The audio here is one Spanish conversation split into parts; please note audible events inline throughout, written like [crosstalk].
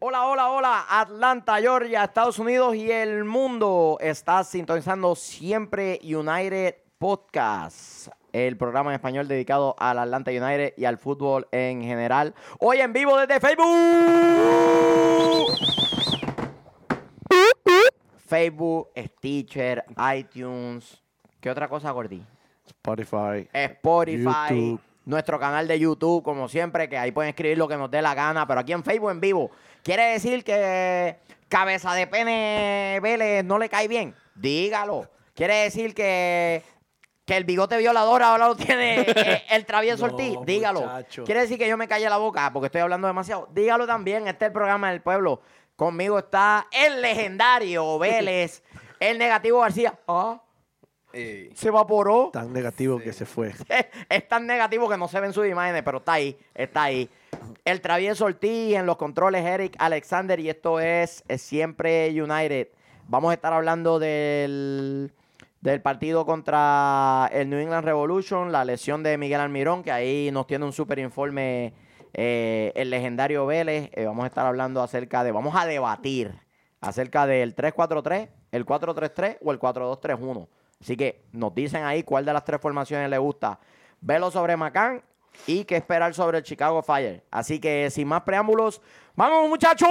Hola, hola, hola, Atlanta, Georgia, Estados Unidos y el mundo. Estás sintonizando siempre United Podcast, el programa en español dedicado al Atlanta United y al fútbol en general. Hoy en vivo desde Facebook. Facebook, Stitcher, iTunes. ¿Qué otra cosa, Gordy? Spotify. Spotify, YouTube. nuestro canal de YouTube, como siempre, que ahí pueden escribir lo que nos dé la gana, pero aquí en Facebook en vivo. ¿Quiere decir que Cabeza de Pene Vélez no le cae bien? Dígalo. ¿Quiere decir que, que el bigote violador ahora lo tiene [laughs] eh, el travieso No, Ortiz? Dígalo. muchacho. ¿Quiere decir que yo me calle la boca Ah, porque estoy hablando demasiado? Dígalo también. Este es el programa del pueblo. Conmigo está el legendario Vélez, el negativo García. Ah, se evaporó Tan negativo que se fue. [laughs] es tan negativo que no se ven sus imágenes, pero está ahí, está ahí. El travieso Ortiz en los controles, Eric Alexander, y esto es, eh, Siempre United. Vamos a estar hablando del, del partido contra el New England Revolution, la lesión de Miguel Almirón, que ahí nos tiene un súper informe eh, el legendario Vélez. Eh, vamos a estar hablando acerca de, vamos a debatir acerca del 3-4-3, el 4-3-3 o el 4-2-3-1. Así que nos dicen ahí cuál de las tres formaciones le gusta. Velo sobre Macán y qué esperar sobre el Chicago Fire. Así que sin más preámbulos, ¡vamos muchachos!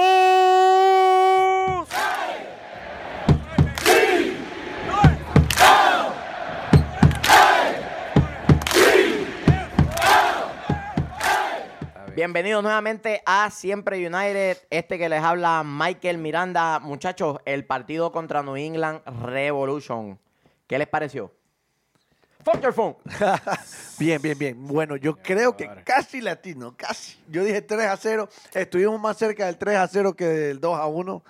Bienvenidos nuevamente a Siempre United, este que les habla Michael Miranda. Muchachos, el partido contra New England Revolution. ¿Qué les pareció? Fuck your phone. Bien, bien, bien. Bueno, yo creo que casi latino, casi. Yo dije 3 a 0. Estuvimos más cerca del 3 a 0 que del 2 a 1.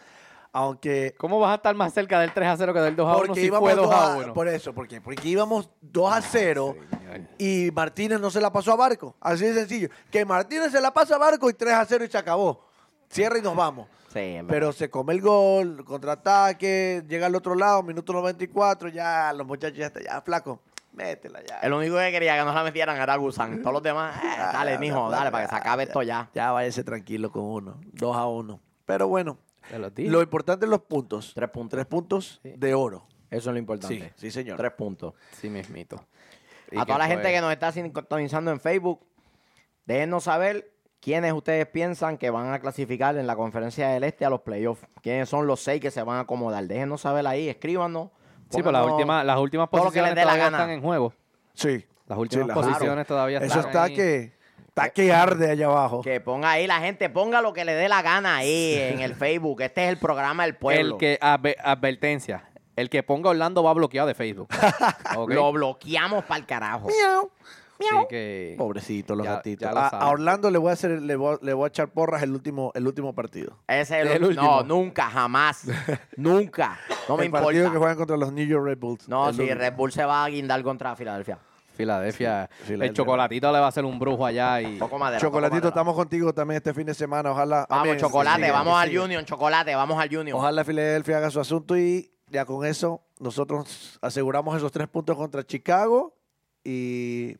Aunque. ¿Cómo vas a estar más cerca del 3 a 0 que del 2 a 1 Porque si íbamos fue 2 2 a a, 1? por eso, porque, porque íbamos 2 a 0 y Martínez no se la pasó a Barco. Así de sencillo. Que Martínez se la pasa a Barco y 3 a 0 y se acabó. Cierra y nos vamos. Sí, es verdad. Pero se come el gol, contraataque, llega al otro lado, minuto 94, ya los muchachos ya están, ya flaco, métela ya. el único que quería que no la metieran era Gusan. Todos los demás, eh, dale, mijo, dale, para que se acabe esto ya. Ya váyase tranquilo con uno, dos a uno. Pero bueno, Te lo lo importante es los puntos. Tres puntos. Tres puntos de oro. Eso es lo importante. Sí, sí, señor. Tres puntos. Sí mismito. Y A toda la gente fue- que nos está sintonizando en Facebook, déjenos saber quiénes ustedes piensan que van a clasificar en la conferencia del Este a los playoffs. ¿Quiénes son los seis que se van a acomodar? Déjenos saber ahí, escríbanos. Sí, pues las pónganos- últimas, las últimas todo lo que les posiciones dé la todavía gana. están en juego. Sí. Las últimas Sí, la- posiciones todavía Eso están está ahí. que, está Eh, que arde allá abajo. Que ponga ahí la gente, ponga lo que le dé la gana ahí en [laughs] el Facebook. Este es el programa del pueblo. El que, adver- advertencia, el que ponga Orlando va bloqueado [laughs] de Facebook. Ok. Lo bloqueamos para el carajo. Miau. Así que- Pobrecito los Ya- gatitos. ya lo A, saben. a Orlando le voy a hacer, le voy, a- le voy a echar porras el último, el último partido. Ese es el, El ul- No, último. nunca, [laughs] jamás. nunca. No me el partido que importa. juegan contra los New York Red Bulls. No, El si último. Red Bull se va a guindar contra Filadelfia. Filadelfia, Sí, Filadelfia. el chocolatito le va a hacer un brujo allá y Poco madera. poco Chocolatito, madera. estamos contigo también este fin de semana. Ojalá. Vamos, amén, chocolate, que siga, vamos que al siga. Union, chocolate, vamos al Union. Ojalá Filadelfia haga su asunto y ya con eso nosotros aseguramos esos tres puntos contra Chicago y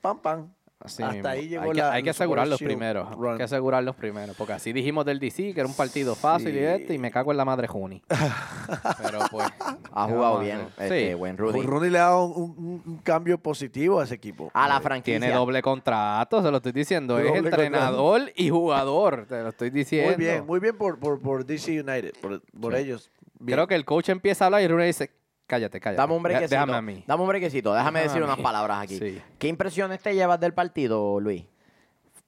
pam pam. así Hasta mismo. ahí llegó hay que, la- hay que el Super asegurarlos Shield primero, run. hay que asegurarlos primero, porque así dijimos del DC que era un partido fácil y Sí. este y me cago en la [laughs] madre Juni. Pero pues Ha ¿qué jugado vamos a bien hacer? este Sí. buen Rudy. Rudy. le ha dado un, un- un cambio positivo a ese equipo. Ah, A la franquicia. Tiene doble contrato, se lo estoy diciendo. es Doble entrenador y jugador, te lo estoy diciendo. Muy bien, muy bien por, por, por DC United, por, por Sí. ellos. Bien. Creo que el coach empieza a hablar y Rooney dice, cállate, cállate. Dame un deja- brequecito. Déjame a mí. Dame un brequecito. Déjame Déjame a decir mí. unas palabras aquí. Sí. ¿Qué impresiones te llevas del partido, Luis?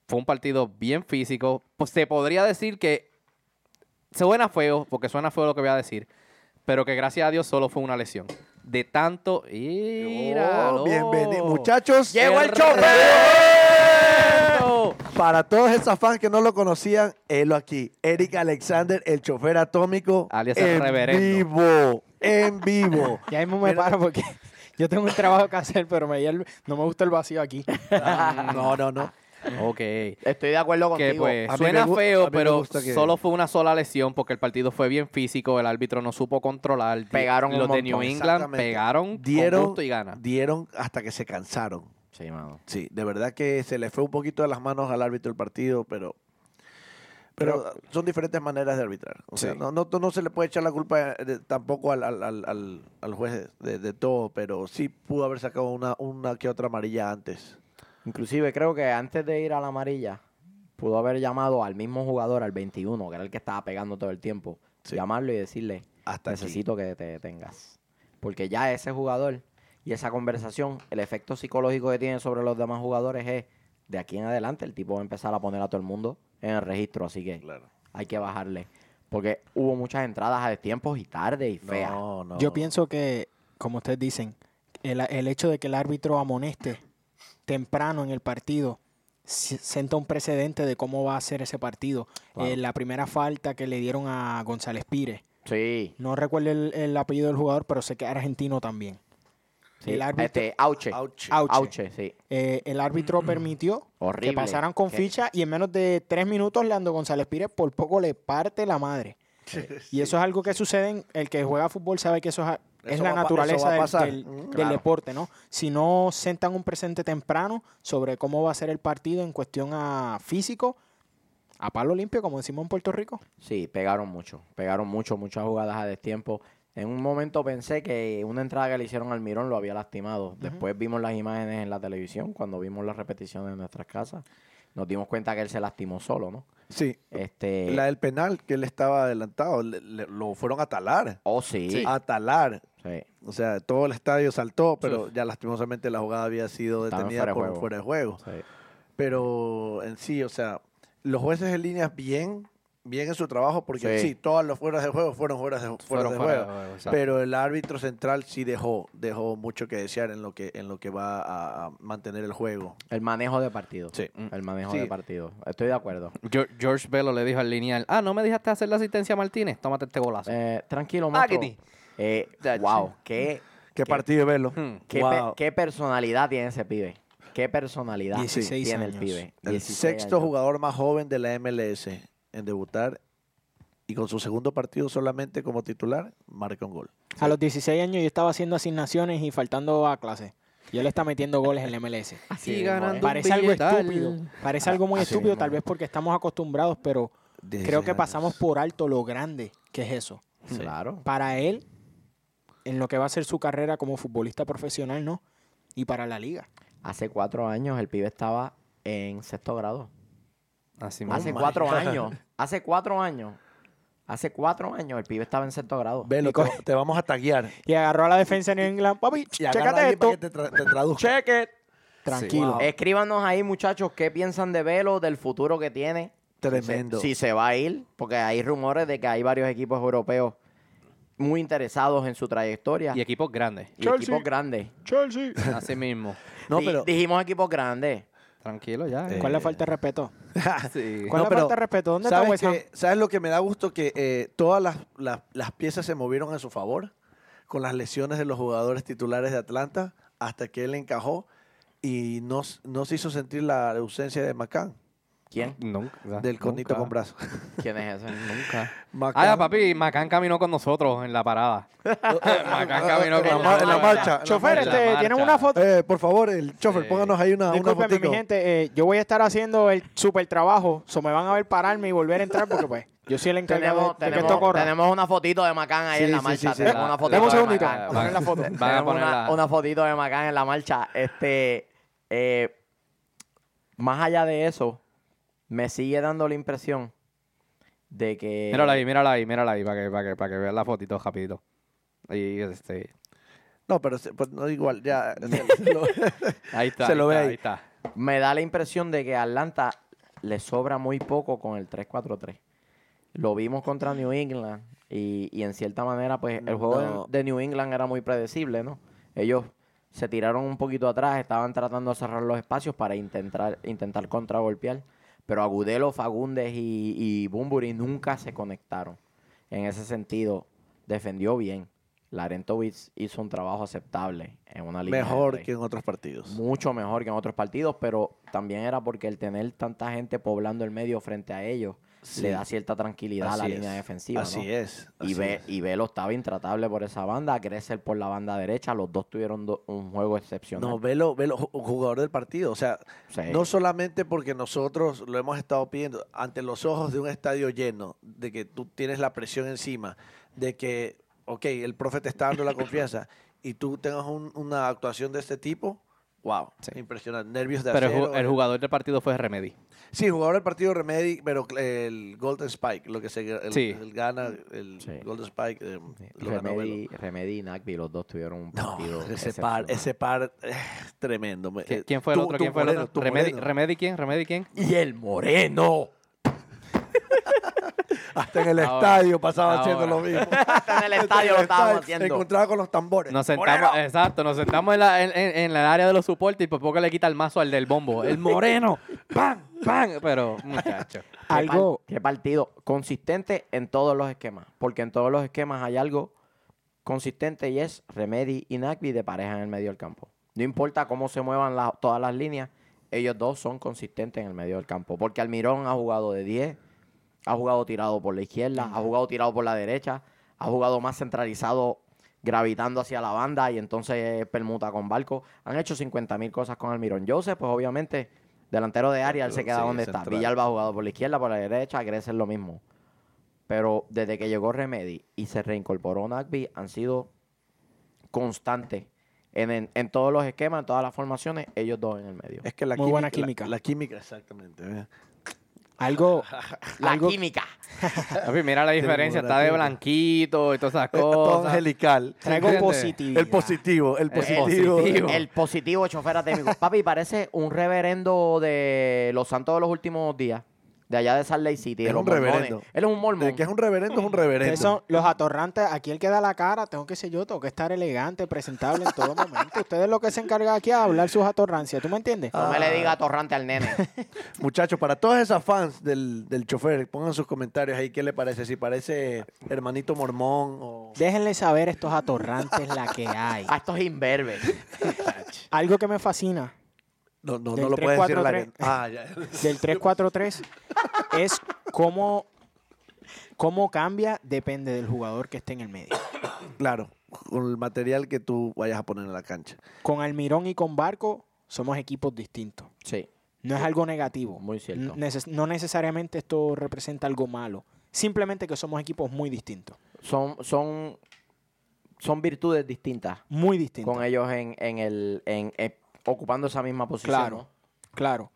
Fue un partido bien físico. Pues se podría decir que suena feo, porque suena feo lo que voy a decir, pero que gracias a Dios solo fue una lesión. De tanto... Oh, ¡Míralo! bienvenido. Muchachos, ¡Llegó el chofer! para todos esos fans que no lo conocían, helo aquí. Eric Alexander, el chofer atómico. Alias el en reverendo. vivo. En [laughs] vivo. Ya mismo me Mira. paro porque [laughs] yo tengo un trabajo que hacer, pero me, no me gusta el vacío aquí. no, no, no. ok. Estoy de acuerdo que contigo. pues A mí me gu- a suena mí feo, me pero gusta que- solo fue una sola lesión porque el partido fue bien físico, el árbitro no supo controlar. Pegaron un los de New montón. England, Exactamente. pegaron Dieron- con gusto y gana. Dieron hasta que se cansaron. Sí, mano. Sí, de verdad que se le fue un poquito de las manos al árbitro el partido, pero, Pero son diferentes maneras de arbitrar. O sea, Sí. no, no, no se le puede echar la culpa eh, de- tampoco al, al- al- al- al juez de, de todo, pero sí pudo haber sacado una, una que otra amarilla antes. Inclusive creo que antes de ir a la amarilla, pudo haber llamado al mismo jugador, al 21, que era el que estaba pegando todo el tiempo. Sí. Llamarlo y decirle, Hasta aquí. necesito que te detengas. Porque ya ese jugador y esa conversación, el efecto psicológico que tiene sobre los demás jugadores es, de aquí en adelante el tipo va a empezar a poner a todo el mundo en el registro, así que hay que bajarle. Porque hubo muchas entradas a destiempos y tarde y feas. No, no. Yo pienso que, como ustedes dicen, el, el hecho de que el árbitro amoneste temprano en el partido si- senta un precedente de cómo va a ser ese partido. Claro. Eh, la primera falta que le dieron a González Pires, Sí, no recuerdo el, el apellido del jugador, pero sé que es argentino también. sí. El árbitro- Este, Auche. Ouch. Auche. Auche, sí. Eh, el árbitro permitió Horrible. que pasaran con Que- ficha y en menos de tres minutos Leandro González Pires por poco le parte la madre. Eh, Y eso es algo que sucede en el que juega fútbol sabe que eso es, a- es Eso va la a pa- eso naturaleza va a del- pasar. Mm, del, Ujú. del Claro. deporte, ¿no? Si no sentan un presente temprano sobre cómo va a ser el partido en cuestión a físico, a palo limpio, como decimos en Puerto Rico. Sí, pegaron mucho. Pegaron mucho, muchas jugadas a destiempo. En un momento pensé que una entrada que le hicieron al Mirón lo había lastimado. Después vimos las imágenes en la televisión, cuando vimos las repeticiones en nuestras casas. Nos dimos cuenta que él se lastimó solo, ¿no? Sí. Este. La del penal, que él estaba adelantado, le- le- lo fueron a talar. Oh, sí. A talar. Sí. O sea, todo el estadio saltó, pero ya lastimosamente la jugada había sido Estaban detenida fuera de por juego. fuera de juego. sí. Pero en sí, o sea, los jueces en línea bien, bien en su trabajo, porque Sí. sí, todas las fueras de juego fueron fueras de, fueras Fueron de fuera de juego. juego, exacto. pero el árbitro central sí dejó, dejó mucho que desear en lo que, en lo que va a, a mantener el juego. El manejo de partido. Sí. El manejo Sí. de partido. Estoy de acuerdo. Gio- George Velo le dijo al lineal, ah, no me dejaste hacer la asistencia a Martínez, tómate este golazo. Eh, tranquilo, Ah, maestro. que ti. Eh, wow, qué, Qué, partido verlo. Hmm. qué, Wow. pe- qué personalidad tiene ese pibe. Qué personalidad 16 tiene el años. pibe. El 16 sexto años. jugador más joven de la MLS en debutar y con su segundo partido solamente como titular, marca un gol. A los 16 años yo estaba haciendo asignaciones y faltando a clase. Y él está metiendo goles en la MLS. Así Y mismo es. ganando un Parece algo billetal. estúpido. Parece algo muy Así estúpido, mismo. tal vez porque estamos acostumbrados, pero creo 16 que años. pasamos por alto lo grande que es eso. Claro. Para él, en lo que va a ser su carrera como futbolista profesional, ¿no? Y para la liga. Hace cuatro años el pibe estaba en sexto grado. Así hace mismo. cuatro años. Hace cuatro años. Hace cuatro años el pibe estaba en sexto grado. Velo, te, te vamos a taguear. Y agarró a la defensa en England. Papi, Y agarra a chécate alguien para esto. que te, tra- te traduzca. Tranquilo. Wow. Escríbanos ahí, muchachos, qué piensan de Velo, del futuro que tiene. Tremendo. Si se, si se va a ir, porque hay rumores de que hay varios equipos europeos muy interesados en su trayectoria. Y Y, equipos grandes. equipos grandes. Chelsea. Así mismo. No, Di- pero Dijimos equipos grandes. Tranquilo ya. Eh, ¿Cuál le falta de respeto? [laughs] Sí. No, ¿Cuál le pero, falta de respeto? ¿Dónde está ¿sabes, West Ham? que- ¿sabes lo que me da gusto? Que eh, todas las, las- las piezas se movieron a su favor con las lesiones de los jugadores titulares de Atlanta hasta que él encajó y no, s- no se hizo sentir la ausencia de Macán, ¿Quién? Ah, Nunca. del conito con nunca, brazo. [laughs] ¿Quién es ese? Nunca. [laughs] Macán- Ah, ya, papi, Macán caminó con nosotros en la parada. Macán caminó en la con mar- en la nosotros. marcha, Eh, en la Chofer, marcha. este, La ¿tienen marcha. una foto? Eh, por favor, el chofer, Sí. pónganos ahí una, una Disculpenme, fotico. mi gente. eh, yo voy a estar haciendo el super trabajo. So me van a ver pararme y volver a entrar porque, pues, yo soy el encargado Tenemos, de, de que esto tenemos, corra. tenemos una fotito de Macán ahí Sí, en la sí, marcha. sí, sí. Tenemos La- una la- fotito Dame un de segundito, Macán. van- poner [laughs] la foto. Van a Tenemos poner una, la... una fotito de Macán en la marcha. Este, eh, más allá de eso, me sigue dando la impresión de que. Mírala ahí, mírala ahí, mírala ahí, para que, para que, para que veas la fotito rapidito. Y este... No, pero se- pues, no igual, ya. Ahí está. Se lo ve está, ahí. está. Me da la impresión de que a Atlanta le sobra muy poco con el 3-4-3. Lo vimos contra New England y, y en cierta manera, pues el juego No. de New England era muy predecible, ¿no? Ellos se tiraron un poquito atrás, estaban tratando de cerrar los espacios para intentar, intentar contragolpear, pero Agudelo, Fagundes y, y Bumburi nunca se conectaron. En ese sentido, defendió bien. Larentovich hizo un trabajo aceptable en una liga. de Mejor rey que en otros partidos. mucho mejor que en otros partidos, pero también era porque el tener tanta gente poblando el medio frente a ellos Sí. le da cierta tranquilidad a la Así línea es. defensiva. Así ¿no? es. Y, así ve, es. y Velo estaba intratable por esa banda, Gressel por la banda derecha. Los dos tuvieron do- un juego excepcional. No, velo, velo, ju- jugador del partido. O sea, Sí. no solamente porque nosotros lo hemos estado pidiendo, ante los ojos de un estadio lleno, de que tú tienes la presión encima, de que, ok, el profe te está dando la [laughs] confianza y tú tengas un- una actuación de este tipo, wow, Sí. impresionante. Nervios de Pero el, acero. eh. ju- el jugador del partido fue Remedy. Sí, jugador del partido Remedy, pero el Golden Spike, lo que se el, Sí. el gana, el Sí. Golden Spike, eh, lo ganó Velo. Remedy, Remedy y Nagby, los dos tuvieron un No, partido. ese par, excepcional. ese par eh, tremendo. me- ¿Qui- eh, ¿Quién fue el tú- otro? tú ¿Quién fue el Moreno, otro? tú Remedy, Moreno. Remedy quién? Remedy quién? Y el Moreno. Hasta en el Ahora, estadio pasaba ahora. haciendo lo [laughs] mismo. Hasta [laughs] en el estadio lo estaba estábamos haciendo. Encontraba con los tambores. Nos sentamos, exacto, nos sentamos en la, en, en- en el área de los soportes y por poco le quita el mazo al del bombo. [laughs] El moreno. ¡Pam! ¡Pam! Pero, muchacho. Qué par- Algo, Qué partido consistente en todos los esquemas. Porque en todos los esquemas hay algo consistente y es Remedy y Nagby de pareja en el medio del campo. No importa cómo se muevan las- todas las líneas, ellos dos son consistentes en el medio del campo. Porque Almirón ha jugado de 10, ha jugado tirado por la izquierda, ha jugado tirado por la derecha, ha jugado más centralizado gravitando hacia la banda y entonces permuta con Barco. Han hecho 50 mil cosas con Almirón. Joseph, pues obviamente, delantero de área, él se Pero queda sí, donde está. central. Villalba ha jugado por la izquierda, por la derecha, Grecia es lo mismo. Pero desde que llegó Remedy y se reincorporó Nagby, han sido constantes en, en- en todos los esquemas, en todas las formaciones, ellos dos en el medio. Es que la Muy buena la- química. La, química, exactamente. [laughs] ¿eh? algo, La algo, química. Papi, mira la diferencia, está de Temperativo. blanquito y todas esas Todo cosas. angelical. traigo ¿Entiendes? positividad. El positivo, el positivo. positivo. El positivo chofer [laughs] técnico. Papi, parece un reverendo de los santos de los últimos días. De allá de Salt Lake City. de Es los un mormones. reverendo. Él es un mormón. El que es un reverendo es un reverendo. Ustedes son los atorrantes. Aquí el que da la cara, tengo que ser yo, tengo que estar elegante, presentable en todo momento. Ustedes lo que se encargan aquí es hablar sus atorrancias. ¿Tú me entiendes? No me le Ah. diga atorrante al nene. Muchachos, para todas esas fans del, del chofer, pongan sus comentarios ahí qué le parece. Si parece hermanito mormón o... Déjenle saber a estos atorrantes la que hay. A estos imberbes. Algo que me fascina No, no, Del no lo puedes decir en la 3-4-3. que- Ah, ya. del 343 es cómo, cómo cambia, depende del jugador que esté en el medio. Claro, con el material que tú vayas a poner en la cancha. Con Almirón y con Barco somos equipos distintos. [laughs] Sí, No es algo negativo. muy cierto. Neces- no necesariamente esto representa algo malo. Simplemente que somos equipos muy distintos. Son, son, son virtudes distintas Muy distintos. con ellos en, en el, en, eh, ocupando esa misma posición. Claro. ¿no? Claro.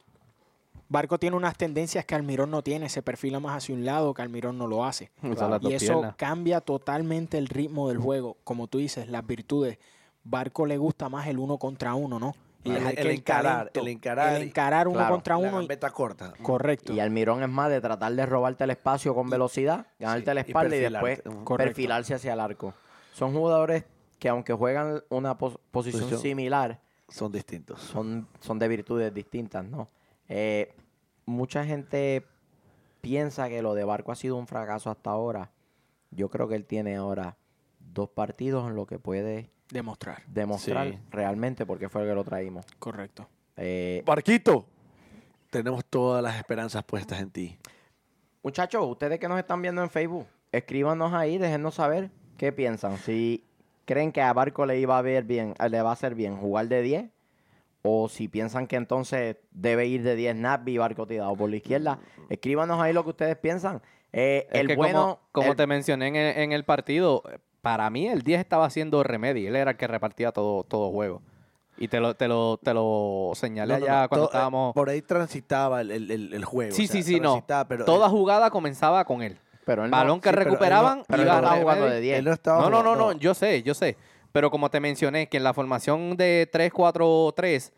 Barco tiene unas tendencias que Almirón no tiene. Se perfila más hacia un lado que Almirón no lo hace. Usa las dos Y eso piernas. cambia totalmente el ritmo del juego. Como tú dices, las virtudes. Barco le gusta más el uno contra uno, ¿no? El- el encarar, el encarar el y- encarar uno Claro, contra La uno. y- gambeta corta. correcto. Y Almirón es más de tratar de robarte el espacio con velocidad, ganarte Sí, la y espalda y, después perfilarte. Correcto. perfilarse hacia el arco. Son jugadores que aunque juegan una pos- posición Posición. similar, Son distintos. son, son de virtudes distintas, ¿no? Eh, mucha gente piensa que lo de Barco ha sido un fracaso hasta ahora. Yo creo que él tiene ahora dos partidos en lo que puede Demostrar. demostrar Sí. realmente porque fue el que lo traímos. Correcto. Eh, Barquito, tenemos todas las esperanzas puestas en ti. Muchachos, ustedes que nos están viendo en Facebook, escríbanos ahí, déjennos saber qué piensan. Si creen que a Barco le iba a ver bien, eh, le va a hacer bien jugar de 10, o si piensan que entonces debe ir de 10 Nap y Barco tirado por la izquierda, escríbanos ahí lo que ustedes piensan. Eh, Es el que bueno, como, como el- te mencioné en el, en el partido, para mí el 10 estaba haciendo Remedy. Él era el que repartía todo, todo juego. Y te lo, te lo, te lo señalé No, no, allá no, to- cuando eh, estábamos... Por ahí transitaba el, el, el- el juego. Sí, o sea, sí, sí, no. transitaba, pero Toda él- jugada comenzaba con él. pero él no- Balón que sí, pero él no- recuperaban pero él iba no a estaba jugando Remedy. de 10. él no estaba No, no, no, jugando. no, yo sé, yo sé. Pero como te mencioné, que en la formación de 3-4-3,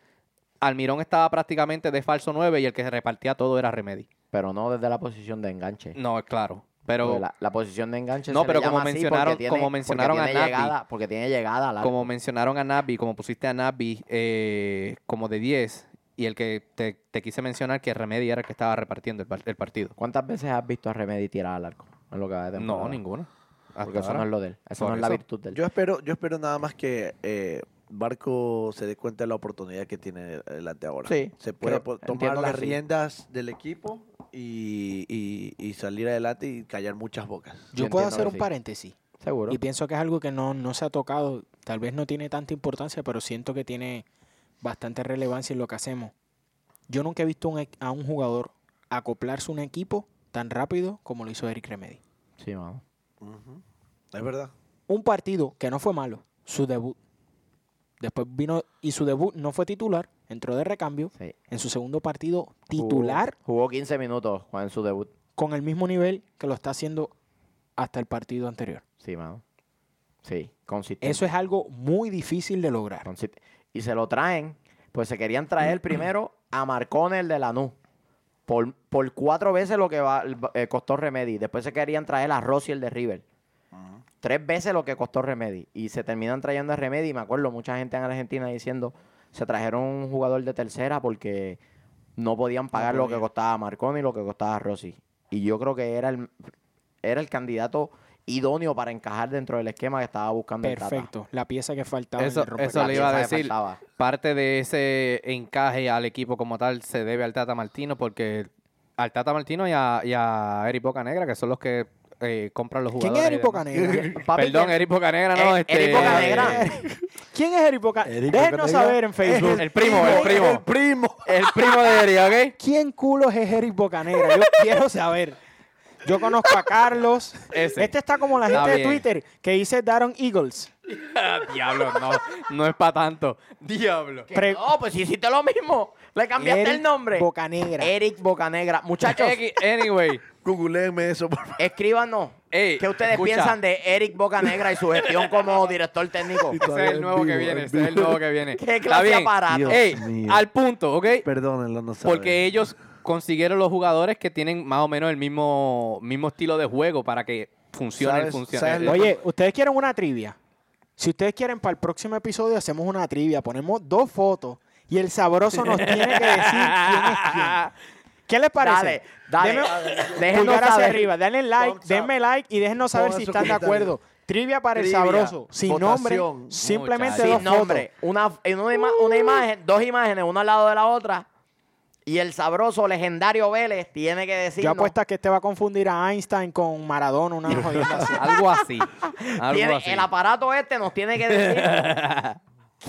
Almirón estaba prácticamente de falso 9 y el que repartía todo era Remedy. Pero no desde la posición de enganche. No, claro. Porque Pero La, la posición de enganche No, se le pero como llama así porque mencionaron- tiene- como porque mencionaron a tiene Nagby. llegada, porque tiene llegada al arco. como mencionaron a Nabi, como pusiste a Nabi eh, como de 10, y el que te, te quise mencionar que Remedy era el que estaba repartiendo el, par- el partido. ¿Cuántas veces has visto a Remedy tirar al arco? En lo que va de temporada? No, ninguno. Hasta Porque eso ahora. no es lo de él. Eso Por no es la eso. virtud de él. Yo espero, yo espero nada más que eh, Barco se dé cuenta de la oportunidad que tiene delante ahora. Sí, Se puede creo- po- tomar entiendo que las sí. riendas del equipo y, y- y salir adelante y callar muchas bocas. Yo, Yo puedo entiendo hacer que un sí. paréntesis. Seguro. Y pienso que es algo que no, no se ha tocado. Tal vez no tiene tanta importancia, pero siento que tiene bastante relevancia en lo que hacemos. Yo nunca he visto un e- a un jugador acoplarse a un equipo tan rápido como lo hizo Eric Remedy. Sí, mano. Ujú. Es verdad. Un partido que no fue malo, su debut. Después vino y su debut no fue titular, entró de recambio. Sí. En su segundo partido Jugó- titular Jugó, 15 minutos Juan, en su debut. con el mismo nivel que lo está haciendo hasta el partido anterior. Sí, mano. Sí, consistente. Eso es algo muy difícil de lograr. Consist- Y se lo traen. Pues se querían [clears throat] traer primero a Marcone, el de Lanús. Por, por cuatro veces lo que va, eh, costó Remedy. Después se querían traer a Rossi, el de River. Tres veces lo que costó Remedy. Y se terminan trayendo a Remedy. Y me acuerdo, mucha gente en Argentina diciendo, se trajeron un jugador de tercera porque no podían pagar lo que podían. costaba Marcone y lo que costaba Rossi. Y yo creo que era el, era el candidato idóneo para encajar dentro del esquema que estaba buscando el Tata. Perfecto. La pieza que faltaba. en Eso- el rompecabezas. eso le iba a Esa que decir. faltaba. Parte de ese encaje al equipo como tal se debe al Tata Martino, porque al Tata Martino y a, y a Eric Bocanegra, que son los que eh, compran los ¿Quién jugadores. es y Eric demás. Bocanegra? Papi, Perdón, que- Eric Bocanegra, no. Eh, este, Eric Bocanegra. eh, ¿Quién es Eric Bocanegra? Eric Déjenos Bocanegra. saber en Facebook. El primo, el primo. primo. El primo de Eric, ¿ok? ¿Quién culos es Eric Bocanegra? Yo [laughs] quiero saber. Yo conozco a Carlos. Ese. Este está como la Está gente de bien. Twitter que dice Daron Eagles. Ah, Diablo, no. No es para tanto. Diablo. que Pre- no, pues hiciste lo mismo. Le cambiaste Eric el nombre. Bocanegra. Eric Bocanegra. Muchachos, X- Anyway. Googleenme eso, por favor. escríbanos. Ey, ¿Qué ustedes escucha. piensan de Eric Bocanegra y su gestión como director [laughs] técnico? Ese [laughs] es el nuevo que viene, ese es el nuevo que [laughs] viene. ¿Qué Está clase de bien. aparato? Dios. Ey, mío. al punto, ¿ok? Perdónenlo, no saben. Porque ellos consiguieron los jugadores que tienen más o menos el mismo, mismo estilo de juego para que funcione el ¿Sabes- funcione- sabes el- lo- Oye, ¿ustedes quieren una trivia? Si ustedes quieren, para el próximo episodio hacemos una trivia. Ponemos dos fotos y el sabroso nos tiene que decir quién es [laughs] quién. ¿Qué les parece? Dale, dale. Ah, Deme- Déjenos pulgar hacia saber. arriba. Denle like, Thumbs up. denme like y déjenos saber Pongan si su están de comentario. acuerdo. Trivia para Trivia, el sabroso. Sin nombre, votación, simplemente muchachos. dos Sin nombre. fotos. Una, en una, ima- una imagen, dos imágenes, una al lado de la otra. Y el sabroso legendario Vélez tiene que decir. Yo apuesto que este va a confundir a Einstein con [laughs] Maradona, una jodienda así. algo así. Algo así. el aparato este nos tiene que decir [laughs]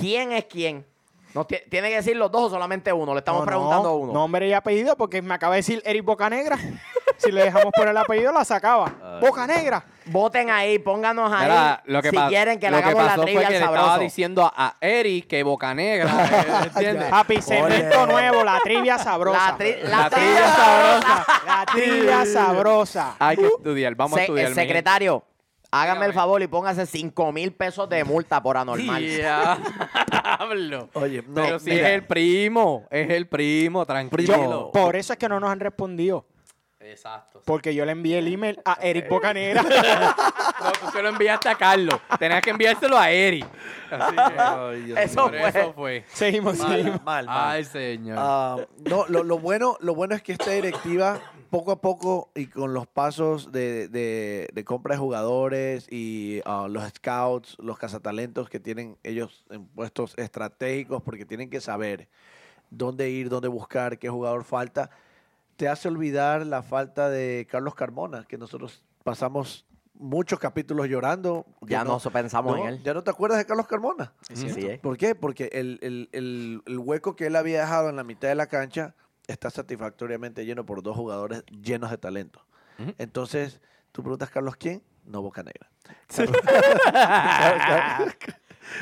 quién es quién. Nos ti- tiene que decir los dos o solamente uno. Le estamos No, no, preguntando a uno. Nombre y apellido, porque me acaba de decir Eric Bocanegra. [laughs] si le dejamos poner el apellido, la Ah, sacaba. Bocanegra. Voten ahí, pónganos ahí. Mira, lo que si pa- quieren que le lo hagamos la pasó fue trivia que al le estaba sabroso. diciendo a- a Eric [laughs] que Bocanegra, ¿entiendes? Papi, segmento Ole. nuevo, la trivia sabrosa. La, tri- la La trivia [laughs] trivia sabrosa. La trivia sabrosa. Ah, Hay que estudiar, vamos Se- a estudiar. el mi secretario, hágame el Dígame. favor y póngase 5 mil pesos de multa por anormal. [laughs] gente. Diablo. Oye, no, Pero si mira. es el primo, es el primo, tranquilo. oh. Yo- por eso es que no nos han respondido. Exacto. Porque yo le envié el email a Eric Bocanegra. No, tú se lo enviaste a Carlos. Tenías que enviárselo a Eric. [laughs] Así que, Ay, Dios Eso por fue. eso fue. seguimos, seguimos. Mal, mal. Ay, señor. Ah, no, lo, lo bueno, lo bueno es que esta directiva, poco a poco y con los pasos de, de- de compra de jugadores y ah, los scouts, los cazatalentos que tienen ellos en puestos estratégicos, porque tienen que saber dónde ir, dónde buscar, qué jugador falta, te hace olvidar la falta de Carlos Carmona, que nosotros pasamos muchos capítulos llorando. que Ya no pensamos no, en él. Ya no te acuerdas de Carlos Carmona. Sí, eh. ¿Por qué? Porque el, el- el- el hueco que él había dejado en la mitad de la cancha está satisfactoriamente lleno por dos jugadores llenos de talento. Ujú. Entonces, tú preguntas, Carlos, ¿quién? No, Boca Negra.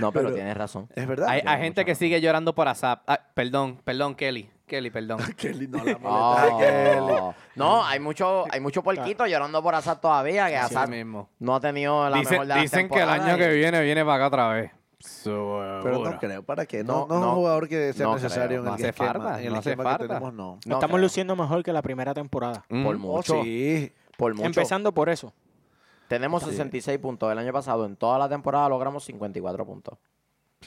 No, pero, Pero- tienes razón. Es verdad. [laughs] hay Ya, hay gente que sigue llorando por ASAP. Ah, perdón, perdón, Kelly. Kelly, [laughs] perdón. Kelly, no la molestes, Kelly. Oh. No, hay mucho, hay mucho puerquito llorando por Azar todavía, que Así Azar mismo. no ha tenido la mejor Dicen, de las dicen que el temporadas año y- que viene viene para acá otra vez. Seguro. Pero no creo, ¿para qué? No, No, no, es no. un jugador que sea No necesario creo. en No el hace esquema, falta, en el no hace esquema falta. que tenemos, no. No Estamos creo. luciendo mejor que la primera temporada. Mm. Por Oh, mucho, sí. por mucho. Empezando por eso. Tenemos 66 puntos. El año pasado, en toda la temporada, logramos 54 puntos.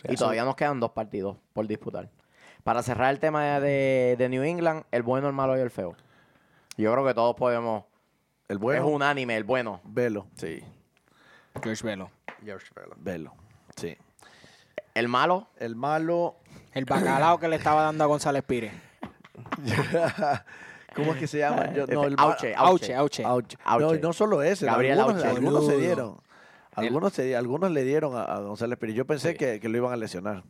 y todavía nos quedan dos partidos por disputar. Para cerrar el tema de, de New England, el bueno, el malo y el feo. Yo creo que todos podemos. El bueno, Es unánime, el bueno. velo, Sí. George Velo. velo. Sí. El malo. El malo. El bacalao que le estaba dando a González Pires. ¿Cómo es que se llama? Yo- no, el ma- este, Auche, Auche, Auche. auche. Auch. Auche. No, y no solo ese. Gabriel algunos, Auche. algunos se Boludo. dieron. Algunos, se, di- algunos le dieron a, a González Pérez. Yo pensé que, que lo iban a lesionar.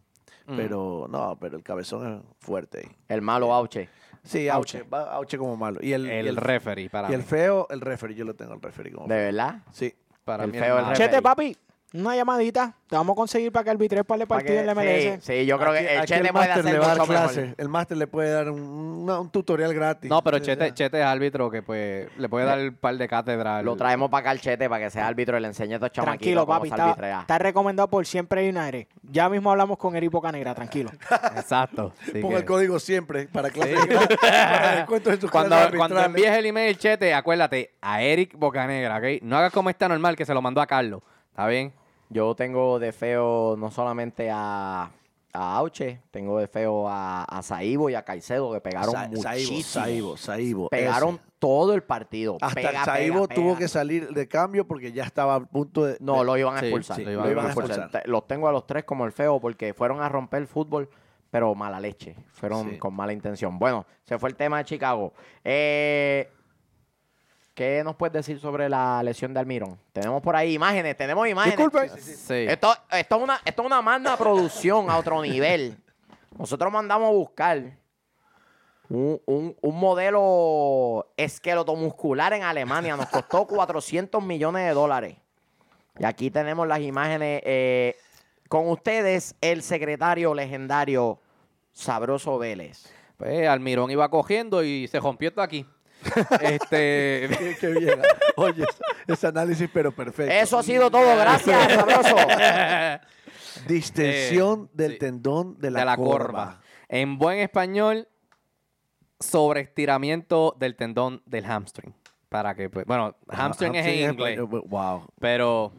Mm. Pero no, pero el cabezón es fuerte. ahí. El malo Auche. Sí, Auche. va Auche como malo. Y el, y El, el- referee para y el mí. feo, el referee. Yo lo tengo el referee como ¿De verdad? Sí. Para el mí feo, el malo. referee. Chete, papi, una llamadita. Te vamos a conseguir para que arbitres para el Pa' partido en la que- MLS. sí, sí, yo creo Aquí- que el aquí Chete puede máster hacer le va a dar mucho mejor. clase. El máster le puede dar un, una- un tutorial gratis. No, pero Sí, Chete, sí. Chete es árbitro que pues le puede dar el par de cátedra. al- Lo traemos para acá al Chete para que sea árbitro y le enseñe a estos chamaquitos Tranquilo, cómo papi. se Está, arbitrea. está recomendado por Siempre United. Ya mismo hablamos con Eri Bocanegra, tranquilo. [laughs] Exacto. Así Ponga que- el código siempre para clases gratis, [laughs] para descuentos en sus cuando, clases cuando arbitrales. envíes el email, Chete, acuérdate, a Eric Bocanegra, ¿ok? No hagas como está normal que se lo mandó a Carlos. ¿Está bien? Yo tengo de feo no solamente a, a Auche, tengo de feo a, a Saibo y a Caicedo que pegaron Sa- muchísimo. Saibo, Saibo, Saibo, Pegaron ese. todo el partido. Hasta Pega, Saibo pega, tuvo pega. que salir de cambio porque ya estaba a punto de. No, lo iban a Sí, expulsar. sí, lo iban a expulsar. Te- Los tengo a los tres como el feo porque fueron a romper el fútbol, pero mala leche. Fueron Sí. con mala intención. Bueno, se fue el tema de Chicago. Eh, ¿Qué nos puedes decir sobre la lesión de Almirón? Tenemos por ahí imágenes, tenemos imágenes. Disculpe. Sí. Esto, esto es una, esto es una magna producción a otro nivel. Nosotros mandamos a buscar un, un- un modelo esqueletomuscular en Alemania. Nos costó [laughs] 400 millones de dólares. Y aquí tenemos las imágenes. eh, con ustedes, el secretario legendario Sabroso Vélez. Pues Almirón iba cogiendo y se rompió [laughs] esto aquí. este. Qué, qué bien. [laughs] Oye, ese- ese análisis, pero perfecto. Eso ha sido todo. Gracias, Sabroso. Distensión Eh, del sí. tendón de la, de la corva. corva. En buen español, sobreestiramiento del tendón del hamstring. Para que, pues, bueno, Ah, hamstring, es en inglés. español, Wow. Pero,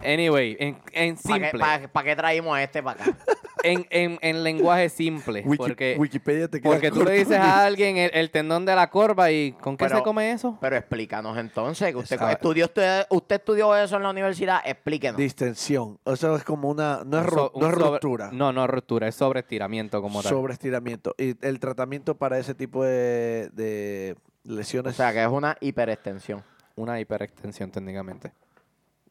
anyway, en, en ¿Para simple, qué, pa- pa' qué traímos a este para acá? en, en- en lenguaje simple. Wiki- porque Wikipedia te queda porque tú le corto. dices [laughs] a alguien el, el tendón de la corva y ¿con qué Pero- se come eso? Pero explícanos entonces, que usted Sabe. estudió, usted, usted estudió eso en la universidad, explíquenos. Distensión. Eso es como una. No es, Un ru- so- no un es sobre- ruptura. No, no es ruptura, es sobreestiramiento como tal. sobre estiramiento. Y el tratamiento para ese tipo de, de o lesiones. sea, que es una hiperextensión. Una hiperextensión técnicamente.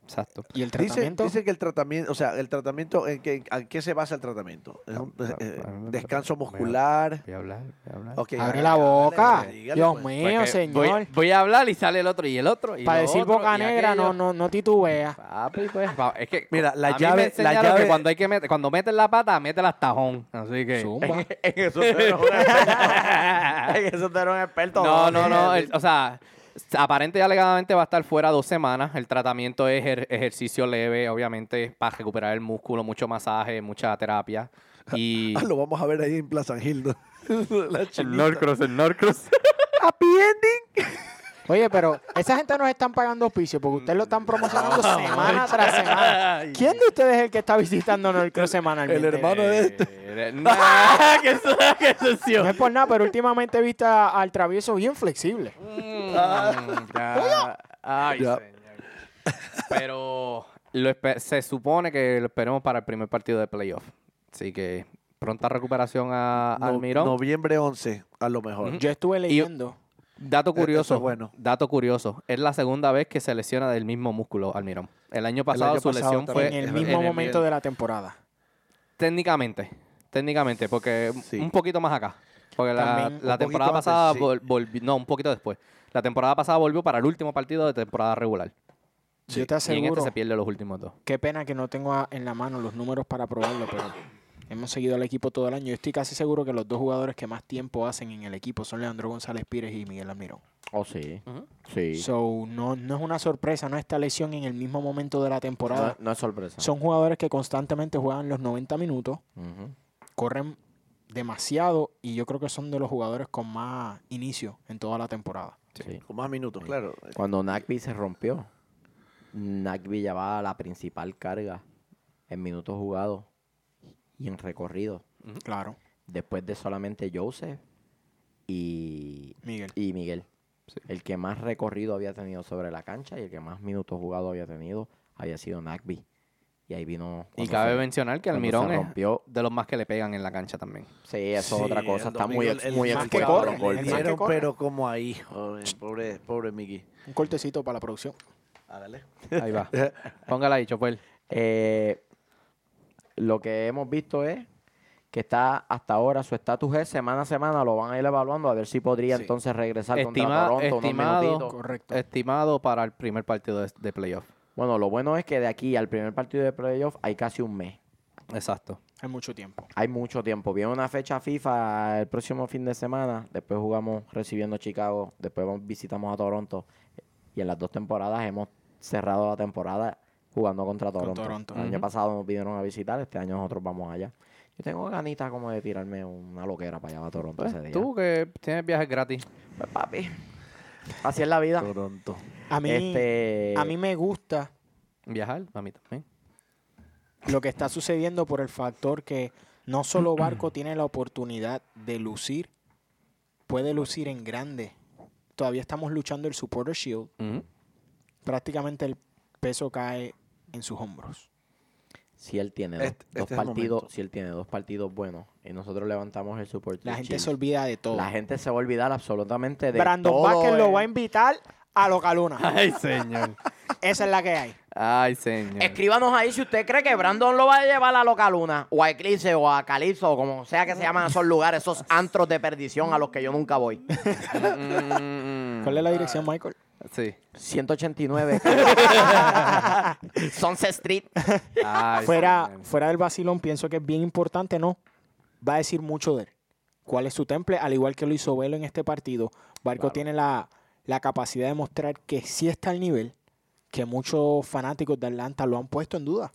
Exacto. [laughs] ¿Y el Dice, tratamiento? dice que el tratamiento, o sea, el tratamiento, ¿en qué, ¿a qué se basa el tratamiento? Es un Ah, eh, ah, ah, descanso ah, muscular. Voy a hablar, voy a hablar. Ok, Abre ah, la ah, boca. dale, dígale, Dios pues. mío, Porque señor. Voy, voy a hablar y sale el otro y el otro. Y para lo decir otro, boca y negra, aquello. no, no, no titubea. Papi, pues. pa- es que Mira, la a mí me llave- la enseñaron que llave- cuando hay que meter, cuando metes la pata, métela hasta tajón. Así que. [laughs] [laughs] Zumba. eso era un experto. en eso era un experto. No, no, no. el- o sea, aparente y alegadamente va a estar fuera dos semanas. El tratamiento es ejer- ejercicio leve, obviamente, para recuperar el músculo, mucho masaje, mucha terapia. Y. Ah, lo vamos [laughs] a ver ahí en Plaza Gil. [laughs] la el chinita. Norcross, el Norcross. Happy ending. Oye, pero esa gente nos están pagando auspicio porque ustedes lo están promocionando Ah, semana tras semana. ¿Quién de ustedes es el que está visitando Norcross semanalmente? el hermano de este. Eh, nah, [laughs] que eso, que eso es yo. No es por nada, pero últimamente he visto a- al travieso bien flexible. Mm, ya. Ay, Ya. señor. Pero lo espe- se supone que lo esperemos para el primer partido de playoff. Así que pronta recuperación a No- Almirón. noviembre 11, a lo mejor. Yo estuve leyendo. Dato E, eso curioso. es bueno. Dato curioso. Es la segunda vez que se lesiona del mismo músculo Almirón. El año pasado año su pasado lesión también. fue en es el verdad. mismo En el- momento de la temporada. técnicamente, técnicamente, porque Sí. un poquito más acá. Porque la, También, la un temporada poquito antes, pasada sí. vol- volvió, no, un poquito después. La temporada pasada volvió para el último partido de temporada regular. Yo te Y en este aseguro, se pierde los últimos dos. qué pena que no tengo a- en la mano los números para probarlo, pero hemos seguido al equipo todo el año. Yo estoy casi seguro que los dos jugadores que más tiempo hacen en el equipo son Leandro González Pires y Miguel Almirón. Oh, sí. Sí. So, no, no es una sorpresa, no esta lesión en el mismo momento de la no, temporada. no es sorpresa. Son jugadores que constantemente juegan los 90 minutos, Ujú. corren demasiado y yo creo que son de los jugadores con más inicio en toda la temporada. Sí. Con más minutos, claro. Cuando Nagby se rompió, Nagby llevaba la principal carga en minutos jugados y en recorrido. Claro, Después de solamente Joseph y, Miguel. y Miguel. Sí. El que más recorrido había tenido sobre la cancha y el que más minutos jugados había tenido había sido Nagby. Y Y ahí vino. Y cuando cabe se- mencionar que cuando Almirón se es rompió. de los más que le pegan en la cancha también. Sí, eso es Sí, otra cosa. el Está muy, domingo ex- el- muy el más que expuesto a corre, los el golpes. más que Dieron, corre. pero como ahí, joven, pobre, pobre Miki. Un cortecito para la producción. Hágale. Ahí va. Póngala ahí, Chopel. Eh, lo que hemos visto es que está hasta ahora su estatus es semana a semana lo van a ir evaluando a ver si podría Sí. entonces regresar contra Estima- Toronto unos estimado- minutitos. Correcto. Estimado para el primer partido de, de playoff. Bueno, lo bueno es que de aquí al primer partido de playoff hay casi un mes. Exacto. Hay mucho tiempo. Hay mucho tiempo. Viene una fecha FIFA el próximo fin de semana. Después jugamos recibiendo a Chicago. Después vamos- visitamos a Toronto. Y en las dos temporadas hemos cerrado la temporada jugando contra Con Toronto. Toronto. El año Ujú. pasado nos vinieron a visitar. Este año nosotros vamos allá. Yo tengo ganitas como de tirarme una loquera para allá a Toronto Pues, ese día. tú que tienes viajes gratis. Pues, papi. Así es la vida. Toronto. A mí, Este, a mí me gusta Viajar, a mí también. lo que está sucediendo por el factor que [clears throat] no solo Barco tiene la oportunidad de lucir, puede lucir en grande. Todavía estamos luchando el Supporter Shield. Ujú. Prácticamente el peso cae en sus hombros. si él tiene dos, Este- dos este es el partidos, momento. si él tiene dos partidos buenos y nosotros levantamos el support. La del gente Chiefs, se olvida de todo. La gente se va a olvidar absolutamente de Brandon todo. Vázquez lo el- va a invitar a Localuna. Ay, señor. Esa es la que hay. Ay, señor. Escríbanos ahí si usted cree que Brandon lo va a llevar a Loca Luna, o a Eclipse, o a Calipso, o como sea que se llaman esos lugares, [laughs] esos antros de perdición a los que yo nunca voy. Mm, mm, mm. ¿Cuál es la dirección, Michael? Sí. 189. [laughs] Sunset Street. Ay, fuera, señor. fuera del vacilón, pienso que es bien importante, ¿no? Va a decir mucho de él. ¿Cuál es su temple? Al igual que lo hizo Velo en este partido, Barco tiene la, la capacidad de mostrar que sí está al nivel que muchos fanáticos de Atlanta lo han puesto en duda.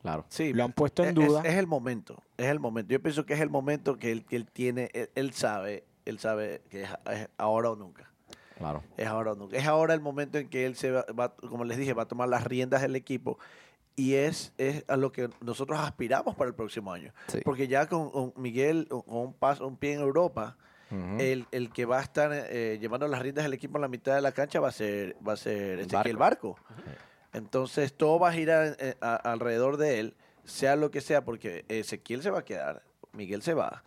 Claro. Sí, Lo han puesto en es- duda. Es, es el momento, es el momento. Yo pienso que es el momento que él, que él tiene, él, él sabe, él sabe que es, es ahora o nunca. Claro. Es ahora o nunca. Es ahora el momento en que él se va, va- como les dije, va a tomar las riendas del equipo y es, es a lo que nosotros aspiramos para el próximo año. Sí. Porque ya con, con Miguel, con un paso, un pie en Europa, el, el que va a estar eh, llevando las riendas del equipo en la mitad de la cancha va a ser, va a ser Ezequiel Barco. Entonces todo va a girar eh, a- alrededor de él, sea lo que sea, porque Ezequiel se va a quedar, Miguel se va.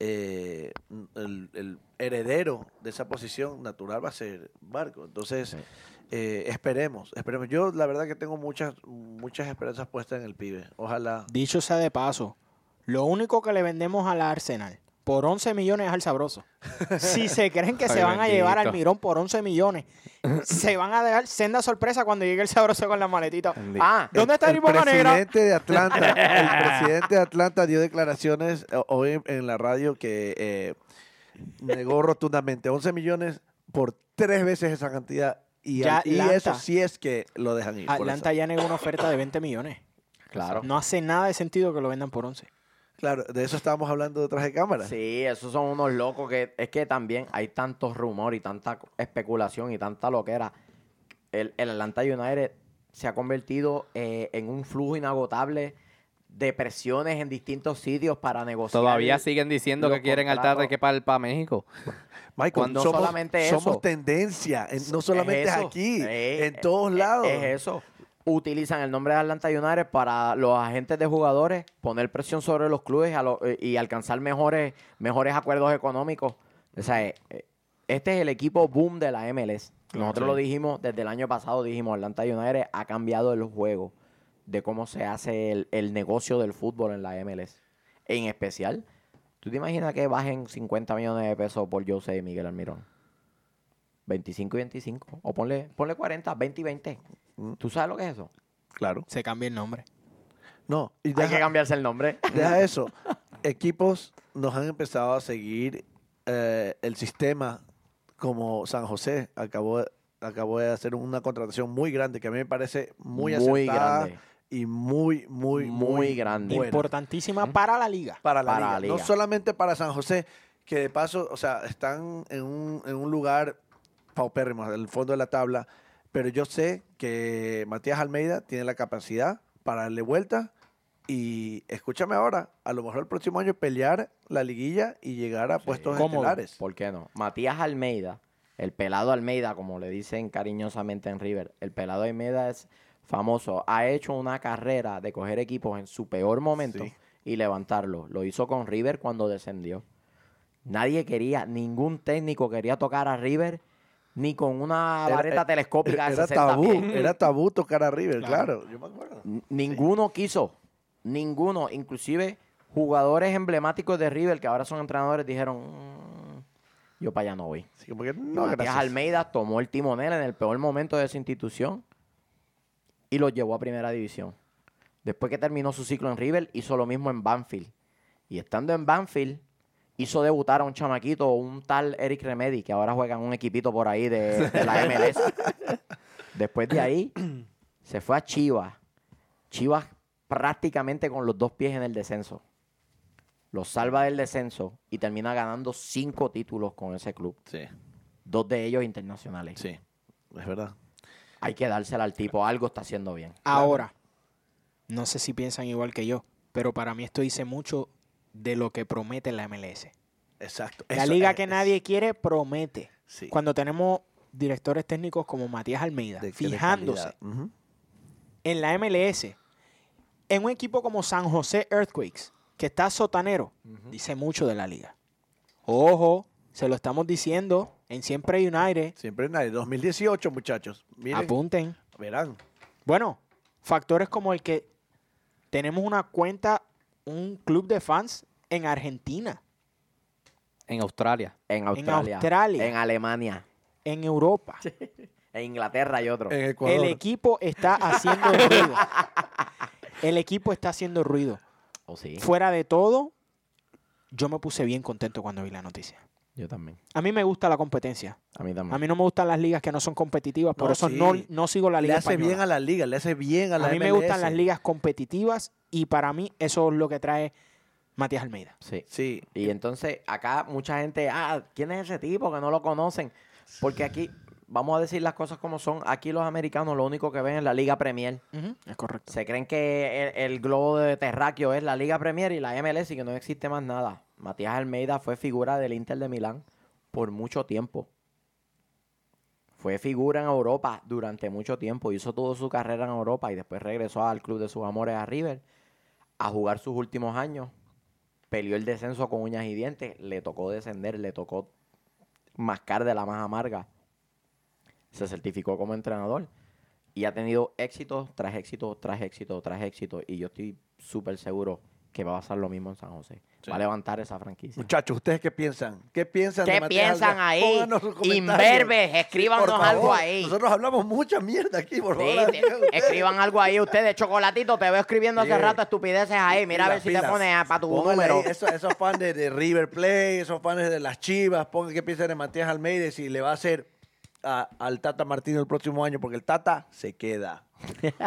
eh, el, el heredero de esa posición natural va a ser Barco. Entonces, Sí. eh, esperemos, esperemos. Yo la verdad que tengo muchas, muchas esperanzas puestas en el pibe. Ojalá. Dicho sea de paso, lo único que le vendemos a la Arsenal por 11 millones es al sabroso. Si se creen que se Ay, van a llevar al bendito. mirón por 11 millones, se van a dejar senda sorpresa cuando llegue el sabroso con la maletita. Bendito. Ah, ¿dónde está el, el Boca El Negra? presidente de Atlanta, [laughs] el presidente de Atlanta dio declaraciones eh, hoy en la radio que eh, negó rotundamente 11 millones por tres veces esa cantidad y, Ya al- y Atlanta- eso sí es que lo dejan ir. por Atlanta ya negó una oferta de 20 millones. Claro. No hace nada de sentido que lo vendan por 11. eso. Claro, de eso estábamos hablando detrás de cámara. Sí, esos son unos locos que es que también hay tantos rumores y tanta co- especulación y tanta loquera. El, el Atlanta United se ha convertido eh, en un flujo inagotable de presiones en distintos sitios para negociar. Todavía el- siguen diciendo los que quieren al contratos. tarde que para, para México. Michael, Cuando somos, solamente eso. somos tendencia, en- no solamente es eso. aquí, Eh, en eh, todos eh, lados. Es, eso. Utilizan el nombre de Atlanta United para los agentes de jugadores poner presión sobre los clubes a lo- eh, y alcanzar mejores, mejores acuerdos económicos. O sea, eh, eh, este es el equipo boom de la MLS. Nosotros lo dijimos desde el año pasado, dijimos, Atlanta United ha cambiado el juego de cómo se hace el, el negocio del fútbol en la MLS. En especial, ¿tú te imaginas que bajen 50 millones de pesos por Jose y Miguel Almirón? 25 y 25. O ponle, ponle 40, 20 y 20. Mm. ¿Tú sabes lo que es eso? Claro. Se cambia el nombre. No, y Hay que deja- cambiarse el nombre. Deja eso. Equipos nos han empezado a seguir eh, el sistema como San José acabó, acabó de hacer una contratación muy grande que a mí me parece muy, acertada y muy, muy, Muy muy grande. buena Importantísima para la liga. para la para liga. la liga. No solamente para San José, que de paso, o sea, están en un, en un lugar paupérrimo, en el fondo de la tabla, pero yo sé que Matías Almeida tiene la capacidad para darle vuelta y escúchame ahora, a lo mejor el próximo año pelear la liguilla y llegar a puestos cómodo, estelares. ¿Por qué no? Matías Almeida, el pelado Almeida, como le dicen cariñosamente en River, el pelado Almeida es, famoso, ha hecho una carrera de coger equipos en su peor momento Sí. y levantarlo. Lo hizo con River cuando descendió. Nadie quería, ningún técnico quería tocar a River ni con una Era- vareta era- telescópica de Era 60 tabú, pies. era tabú tocar a River, Claro. claro. Yo me acuerdo. N- Ninguno quiso. Ninguno. Inclusive jugadores emblemáticos de River que ahora son entrenadores dijeron, "Mm, yo para allá no voy. Así como que Y no, Matías gracias. Almeida tomó el timonel en el peor momento de esa institución y lo llevó a primera división. Después que terminó su ciclo en River, hizo lo mismo en Banfield. Y estando en Banfield, hizo debutar a un chamaquito, un tal Eric Remedy, que ahora juega en un equipito por ahí de, de la [laughs] MLS. Después de ahí, se fue a Chivas. Chivas prácticamente con los dos pies en el descenso. Lo salva del descenso y termina ganando cinco títulos con ese club Sí, dos de ellos internacionales. sí, es verdad. Hay que dársela al tipo, algo está haciendo bien. Ahora, no sé si piensan igual que yo, pero para mí esto dice mucho de lo que promete la MLS. Exacto. La Eso liga es- que es- nadie quiere promete. Sí. Cuando tenemos directores técnicos como Matías Almeida, de- de fijándose calidad. Ujú. en la MLS, en un equipo como San José Earthquakes, que está sotanero, dice mucho de la liga. Ojo, se lo estamos diciendo en Siempre United. Siempre nadie. 2018, muchachos. Miren, Apunten. verán. Bueno, factores como el que tenemos una cuenta, un club de fans en Argentina, En Australia. En Australia. Australia. En Alemania. en Europa. En Inglaterra hay otro. En Ecuador. El equipo está [laughs] haciendo ruido. El equipo está haciendo ruido. ¿O sí? Fuera de todo, yo me puse bien contento cuando vi la noticia. Yo también. A mí me gusta la competencia. A mí también. A mí no me gustan las ligas que no son competitivas, por No, eso sí. no, no sigo la le liga hace bien española. a la liga, le hace bien a A, la mí me MLS. gustan las ligas competitivas y para mí eso es lo que trae Matías Almeida. Sí. Sí. Y entonces acá mucha gente, ah, ¿quién es ese tipo que no lo conocen? Porque aquí, vamos a decir las cosas como son, aquí los americanos lo único que ven es la Liga Premier. Es correcto. [laughs] Se creen que el, el globo de terráqueo es la Liga Premier y la MLS y que no existe más nada. Matías Almeida fue figura del Inter de Milán por mucho tiempo. Fue figura en Europa durante mucho tiempo. Hizo toda su carrera en Europa y después regresó al club de sus amores a River a jugar sus últimos años. Peleó el descenso con uñas y dientes. Le tocó descender, le tocó mascar de la más amarga. Se certificó como entrenador y ha tenido éxito tras éxito tras éxito tras éxito y yo estoy súper seguro que va a pasar lo mismo en San José. Sí. Va a levantar esa franquicia. Muchachos, ¿ustedes qué piensan? ¿Qué piensan de ¿Qué Matías piensan Almeida? ahí? Pónganos sus comentarios. Imberbes, escríbanos Por favor, algo ahí. Nosotros hablamos mucha mierda aquí, por Sí, favor. te- [laughs] escriban algo ahí ustedes, chocolatito, te veo escribiendo hace Sí. rato estupideces ahí. Mira a ver si Pilas, te pilas. pones para tu Pónganle número. ahí Esos, esos fans de, de River Plate, esos fans de las Chivas, pongan qué piensan de Matías Almeida y si le va a hacer a- al Tata Martino el próximo año, porque el Tata se queda.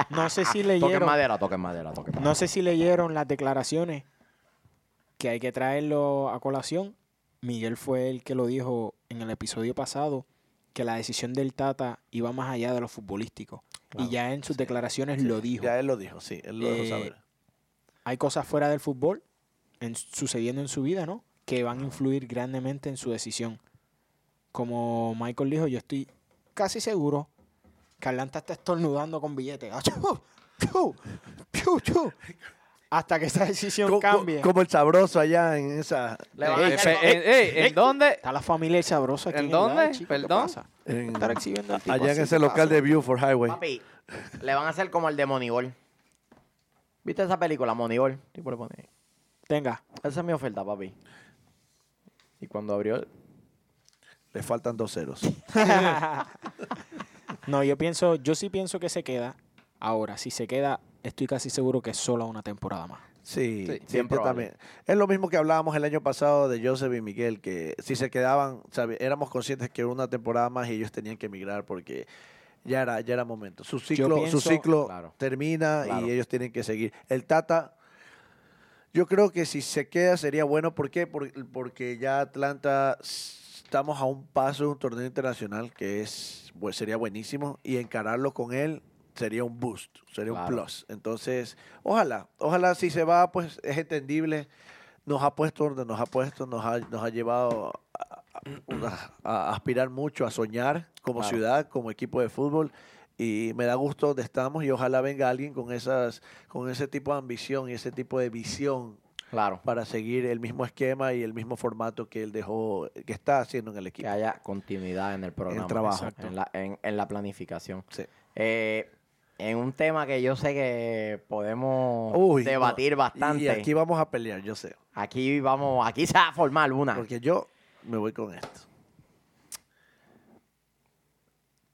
No sé si Ah, Toquen leyeron, madera, toquen madera, toquen madera. no sé si leyeron las declaraciones que hay que traerlo a colación. Miguel fue el que lo dijo en el episodio pasado que la decisión del Tata iba más allá de lo futbolístico. y ya en sus declaraciones lo dijo. Ya él lo dijo, sí, él lo Eh, dejó saber. hay cosas fuera del fútbol en- sucediendo en su vida, ¿no? Que van a influir grandemente en su decisión. Como Michael dijo, yo estoy casi seguro que Atlanta está estornudando con billetes. [laughs] ¡Achú! ¡Piu! ¡Piu, piu! Hasta que esa decisión Co- co- cambie. Como el sabroso allá en esa... Le van a Ey, hacer- pe- ey, [laughs] ey, ¿En dónde? Está la familia El Sabroso aquí ¿En en, el dónde? live, chico, ¿qué Perdón. pasa? en- Estar exhibiendo al tipo allá en así, ese ¿qué local pasa? de Beaufort Highway. Papi, le van a hacer como el de Moneyball. ¿Viste esa película, Moneyball? Tipo le pone- Tenga. Esa es mi oferta, papi. Y cuando abrió, Le faltan dos ceros. No, yo pienso, yo sí pienso que se queda. Ahora, si se queda, estoy casi seguro que es solo una temporada más. Sí, Sí, sí, yo probable. también. Es lo mismo que hablábamos el año pasado de Joseph y Miguel, que si se quedaban, sabe, éramos conscientes que una temporada más y ellos tenían que emigrar porque ya era, ya era momento. Su ciclo, pienso- su ciclo Claro. termina Claro. y ellos tienen que seguir. El Tata, yo creo que si se queda sería bueno. ¿Por qué? Por- porque ya Atlanta s- estamos a un paso de un torneo internacional que es pues, sería buenísimo y encararlo con él sería un boost, sería Claro. un plus. Entonces, ojalá, ojalá si se va, pues es entendible. Nos ha puesto donde nos ha puesto, nos ha, nos ha llevado a, a- a- a aspirar mucho, a soñar como Claro. ciudad, como equipo de fútbol. Y me da gusto donde estamos y ojalá venga alguien con, esas, con ese tipo de ambición y ese tipo de visión Claro. para seguir el mismo esquema y el mismo formato que él dejó, que está haciendo en el Que equipo. haya continuidad en el programa. trabajo. Exacto. En la, en- en la planificación. Sí. Eh, en un tema que yo sé que podemos Uy, debatir no. bastante. Y aquí aquí, vamos a pelear, yo sé. vamos, aquí se va a formar una. Porque yo me voy con esto.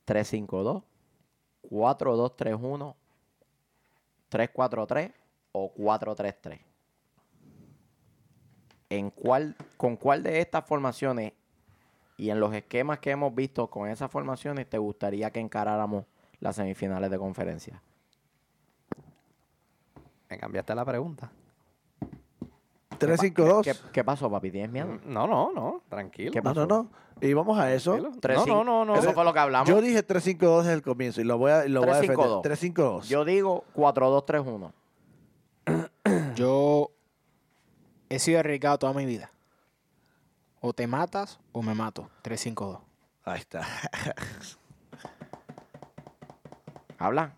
352, 4231, 343 o 433. ¿En cuál, ¿Con cuál de estas formaciones y en los esquemas que hemos visto con esas formaciones te gustaría que encaráramos las semifinales de conferencia? Me cambiaste la pregunta. 352. ¿Qué, qué pasó, papi? ¿Tienes miedo? No, no, no. Tranquilo. ¿Qué No, no, no. Y vamos a eso. Tranquilo. Tres, No, cinco. no, no, no. Eso fue lo que hablamos. Yo Yo, dije 352 desde el comienzo y lo voy a, y lo voy a defender. 352. 352. digo 4-2-3-1. Yo he sido arriesgado toda mi vida. O te matas o me mato. 3-5-2. Ahí está. Habla.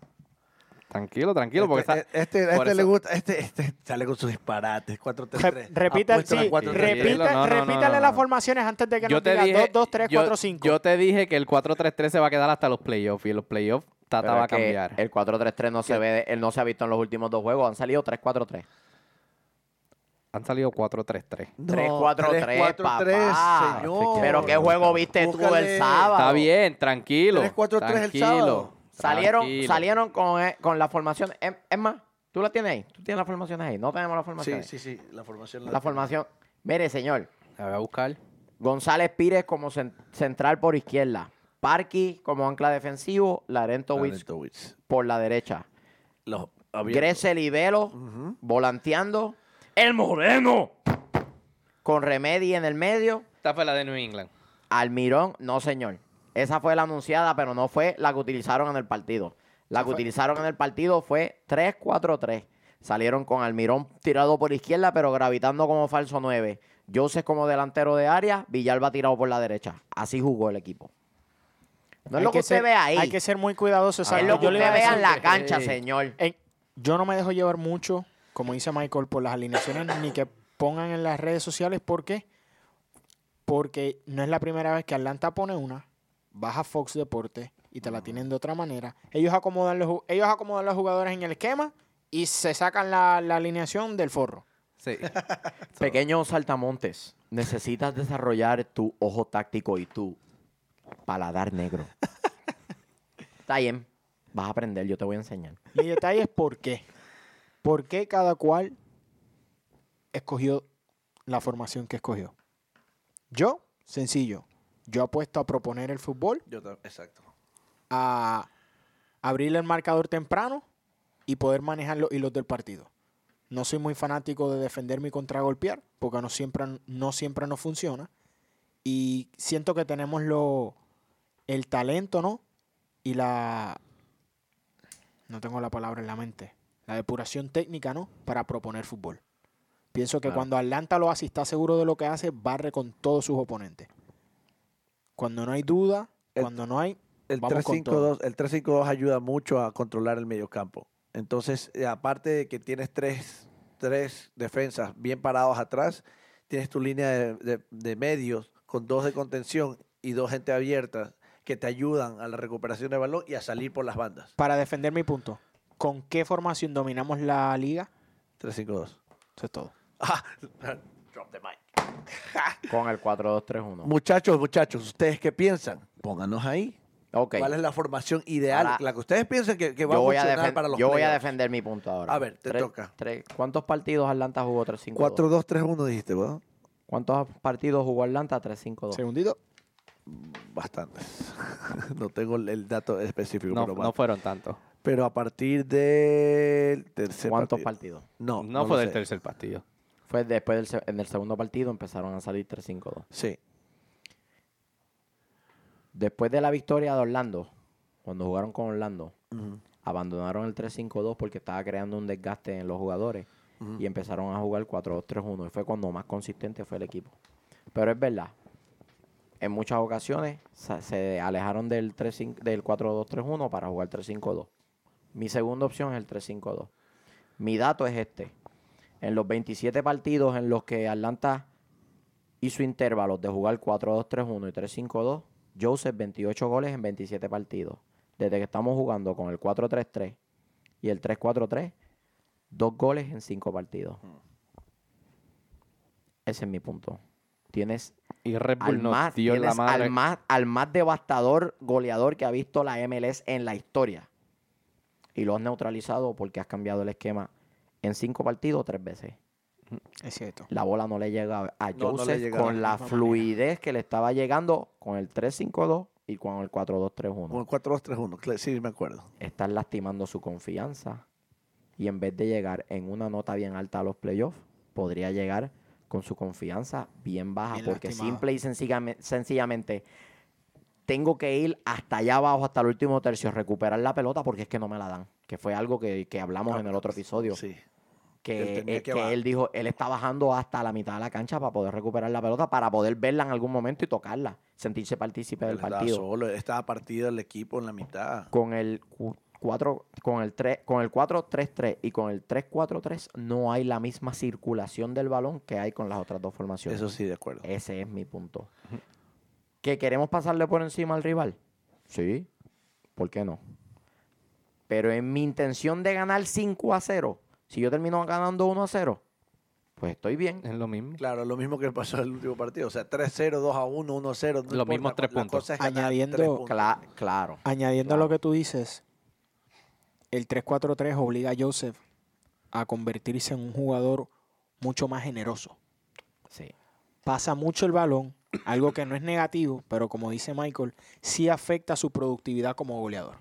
Tranquilo, tranquilo. Porque este está... este, por este le eso- gusta, este, este sale con sus disparates. 433. Repita, Apuesto a sí, las 433. Tranquilo, repita, no, no, no, repítale no, las no. formaciones antes de que yo nos te diga dije. 2, 2, 3, yo- 4, 5. Yo te dije que el 4-3-3 se va a quedar hasta los playoffs. Y en los playoffs Tata Pero va a es que cambiar. El 4-3-3 no se ve, de- él no se ha visto en los últimos dos juegos. Han salido 3-4-3. Han salido 4-3-3. No, 3-4-3, 343, papá. señor. Pero qué juego viste tú el Oh. Búscale. sábado. Está bien, tranquilo. 3-4-3 el tranquilo, sábado. Salieron, tranquilo. salieron con, eh, con la formación. Es, es más, tú la tienes ahí. Tú tienes las formaciones ahí. No tenemos las Sí, formaciones. sí, sí. La formación. La formación. Mire, señor. La voy a buscar. González Pires como cen- central por izquierda. Parky como ancla defensivo. Larento Witz Talento Wits. por la derecha. Los abiertos. Gressel y Velo volanteando. ¡El Moreno! Con Remedy en el medio. Esta fue la de New England. Almirón, no señor. Esa fue la anunciada, pero no fue la que utilizaron en el partido. La que utilizaron en el partido fue 3-4-3. Salieron con Almirón tirado por izquierda, pero gravitando como falso 9. Joseph como delantero de área, Villalba tirado por la derecha. Así jugó el equipo. No es Hay lo que, usted ser- ve ahí. Hay que ser muy cuidadoso. es exacto. lo que Yo le iba usted a ve decir en que- la cancha, eh, señor. en- yo no me dejo llevar mucho, como dice Michael, por las alineaciones ni que pongan en las redes sociales. ¿Por qué? Porque no es la primera vez que Atlanta pone una, baja Fox Deportes y te la tienen de otra manera. Ellos acomodan los, ju- ellos acomodan los jugadores en el esquema y se sacan la, la alineación del forro. [laughs] Sí. Pequeños saltamontes, necesitas desarrollar tu ojo táctico y tu paladar [laughs] negro. Está bien, vas a aprender, yo te voy a enseñar. Mi detalle es por qué. ¿Por qué cada cual escogió la formación que escogió? Yo, sencillo, yo apuesto a proponer el fútbol Yo tam- exacto. a abrir el marcador temprano y poder manejar los hilos del partido. No soy muy fanático de defenderme y contragolpear, porque no siempre, no siempre nos funciona. Y siento que tenemos lo, el talento, ¿no? Y la... No tengo la palabra en la mente. La depuración técnica, ¿no? Para proponer fútbol. Pienso que Claro. cuando Atlanta lo hace y está seguro de lo que hace, barre con todos sus oponentes. Cuando no hay duda, El- cuando no hay, El Vamos con 352, el 352 ayuda mucho a controlar el mediocampo. Entonces, eh, aparte de que tienes tres, tres defensas bien parados atrás, tienes tu línea de, de- de medios con dos de contención y dos gente abierta que te ayudan a la recuperación de balón y a salir por las bandas. Para defender mi punto, ¿con qué formación dominamos la liga? [laughs] 352. Eso es todo. Drop the mic. Con el 4-2-3-1. Muchachos, muchachos, ¿ustedes qué piensan? Pónganos ahí. Ok, ¿Cuál es la formación ideal? Ahora, la que ustedes piensan que, que va yo, a voy a, funcionar defen- para los yo voy a playoffs. defender mi punto ahora. A ver, te Tres- toca. tres- ¿Cuántos partidos Atlanta jugó 3-5-2? 4-2-3-1 dijiste, ¿verdad? ¿Cuántos partidos jugó Atlanta 3-5-2? Segundito. Bastantes. [laughs] no tengo el- el dato específico. No, pero, no va- fueron tantos. pero a partir del tercer ¿Cuántos partido. partidos? No, No, no fue lo del sé. tercer partido. Fue después del se- en el segundo partido empezaron a salir 3-5-2. Sí. Después de la victoria de Orlando, cuando jugaron con Orlando, Ujú, abandonaron el 3-5-2 porque estaba creando un desgaste en los jugadores ujú. y empezaron a jugar 4-2-3-1 y fue cuando más consistente fue el equipo. Pero es verdad, en muchas ocasiones sa- se alejaron del, 3-5 del 4-2-3-1 para jugar 3-5-2. Mi segunda opción es el 3-5-2. Mi dato es este. En los 27 partidos en los que Atlanta hizo intervalos de jugar 4-2-3-1 y 3-5-2, Joseph 28 goles en 27 partidos. Desde que estamos jugando con el 4-3-3 y el 3-4-3, dos goles en cinco partidos. Ese es mi punto. Tienes Y Red al Bull más, nos dio en la tienes al madre. más, al más devastador goleador que ha visto la MLS en la historia. Y lo has neutralizado porque has cambiado el esquema en cinco partidos tres veces. Es cierto. La bola no le llega a No, no le Joseph llega de con la la misma fluidez que le estaba llegando con el 3-5-2 y con el 4-2-3-1. Con el 4-2-3-1, cl- sí, me acuerdo. Estás lastimando su confianza y en vez de llegar en una nota bien alta a los playoffs, podría llegar con su confianza bien baja Bien porque lastimado. simple y sencillame- sencillamente tengo que ir hasta allá abajo, hasta el último tercio, recuperar la pelota porque es que no me la dan, que fue algo que, que hablamos en el otro episodio Sí. que, Él tenía eh, que que bajar. él dijo, él está bajando hasta la mitad de la cancha para poder recuperar la pelota, para poder verla en algún momento y tocarla, sentirse partícipe Él del estaba partido. solo, estaba partido el equipo en la mitad. Con el 4 con el 3 con el 4-3-3 y con el 3-4-3 no hay la misma circulación del balón que hay con las otras dos formaciones. Eso sí, de acuerdo. Eh. Ese es mi punto. ¿Que queremos pasarle por encima al rival? Sí. ¿Por qué no? Pero en mi intención de ganar 5 a 0, si yo termino ganando 1 a 0, pues estoy bien. Eh. Es lo mismo. Claro, lo mismo que pasó en el último partido. O sea, 3-0, 2-1, 1-0. no Los importa, mismos tres la puntos. cosa es ganar Añadiendo- tres puntos. Cla- claro. Añadiendo a Claro. lo que tú dices, el 3-4-3 obliga a Joseph a convertirse en un jugador mucho más generoso. Sí. Pasa mucho el balón, algo que no es negativo, pero como dice Michael, sí afecta su productividad como goleador.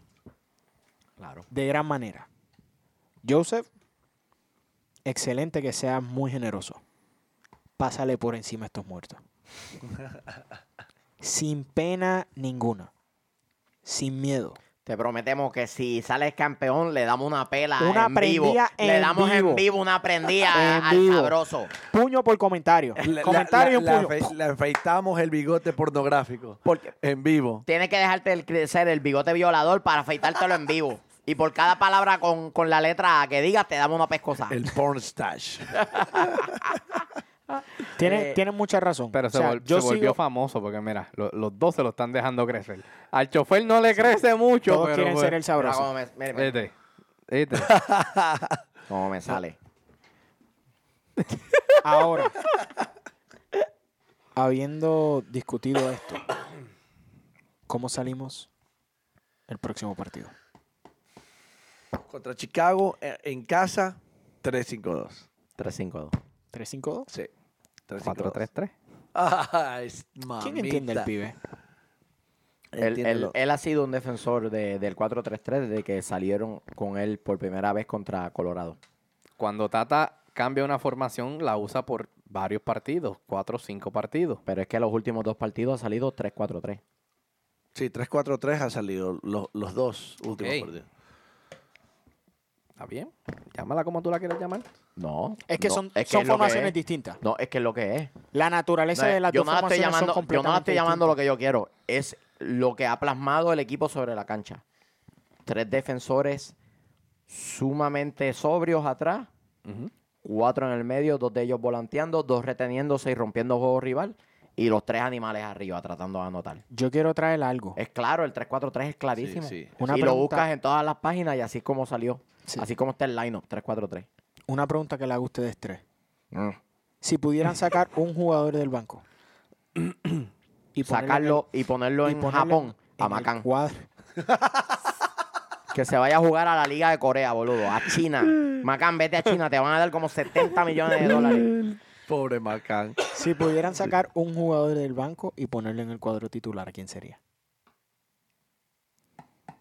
Claro. De gran manera. Joseph, excelente que sea muy generoso. Pásale por encima a estos [laughs] muertos. Sin pena ninguna. Sin miedo. Te prometemos que si sales campeón, le damos una pela Una en vivo. prendida le en damos vivo. en vivo una prendida [laughs] En al vivo. sabroso. Puño por comentario. La- la- comentario y un la- puño. afe- Le afeitamos el bigote pornográfico. Porque En vivo. tienes que dejarte el crecer el bigote violador para afeitártelo en vivo. Y por cada palabra con, con la letra A que digas, te damos una pescosa. Ah. El porn stash. Tiene- eh, tiene mucha razón. Pero se, O sea, vol- yo se volvió sigo- famoso porque, mira, lo- los dos se lo están dejando crecer. Al chofer no le crece mucho, Todos pero, quieren pues, ser el Mira sabroso. cómo me, mira, mira Este, [laughs] este. cómo me sale. [laughs] Ahora, habiendo discutido esto, ¿cómo salimos el próximo partido? Contra Chicago, eh, en casa, 3-5-2. 3-5-2. 3-5-2. Sí. 3-5-2. 4-3-3. [laughs] Ay, ¿Quién entiende el mamita. pibe? Él, él- Entiéndelo. él ha sido un defensor de- del 4-3-3 desde que salieron con él por primera vez contra Colorado. Cuando Tata cambia una formación, la usa por varios partidos, cuatro o cinco partidos. Pero es que los últimos dos partidos ha salido 3-4-3. Sí, 3-4-3 ha salido los, los dos últimos Ok. partidos. ¿Está bien? Llámala como tú la quieras llamar. No. Es que no, son, es que son es lo que formaciones es. distintas. No, es que es lo que es. La naturaleza No, de las yo dos no la estoy formaciones son llamando, yo no la completamente estoy llamando distintas. lo que yo quiero. Es lo que ha plasmado el equipo sobre la cancha. Tres defensores sumamente sobrios atrás, cuatro en el medio, dos de ellos volanteando, dos reteniéndose y rompiendo juego rival, y los tres animales arriba tratando de anotar. Yo quiero traer algo. Es claro, el 3-4-3 es clarísimo. sí. Una y pregunta- lo buscas en todas las páginas y así es como salió. Sí. Así como está el lineup, 3-4-3. Una pregunta que le hago a ustedes tres. Mm. Si pudieran sacar un jugador del banco y ponerlo en el- Sacarlo y ponerlo y en ponerlo Japón, en a el Macán. cuadro, Que se vaya a jugar a la Liga de Corea, boludo. A [laughs] China. Macán, vete a China. Te van a dar como 70 millones de [laughs] dólares. Pobre Macán. Si pudieran sacar un jugador del banco y ponerlo en el cuadro titular, ¿quién sería?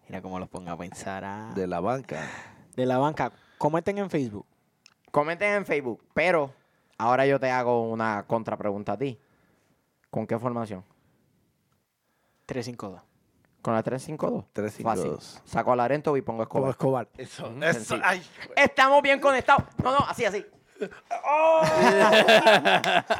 Mira cómo los ponga a pensar. ah. De la banca. De la banca, comenten en Facebook. Comenten en Facebook. Pero ahora yo te hago una contrapregunta a ti. ¿Con qué formación? 352. ¿Con la 3-5-2? 3-5-2. Fácil. Saco a Larento y pongo a Como Escobar. Escobar. Eso. Sencillo. Estamos bien conectados. No, no, así, así.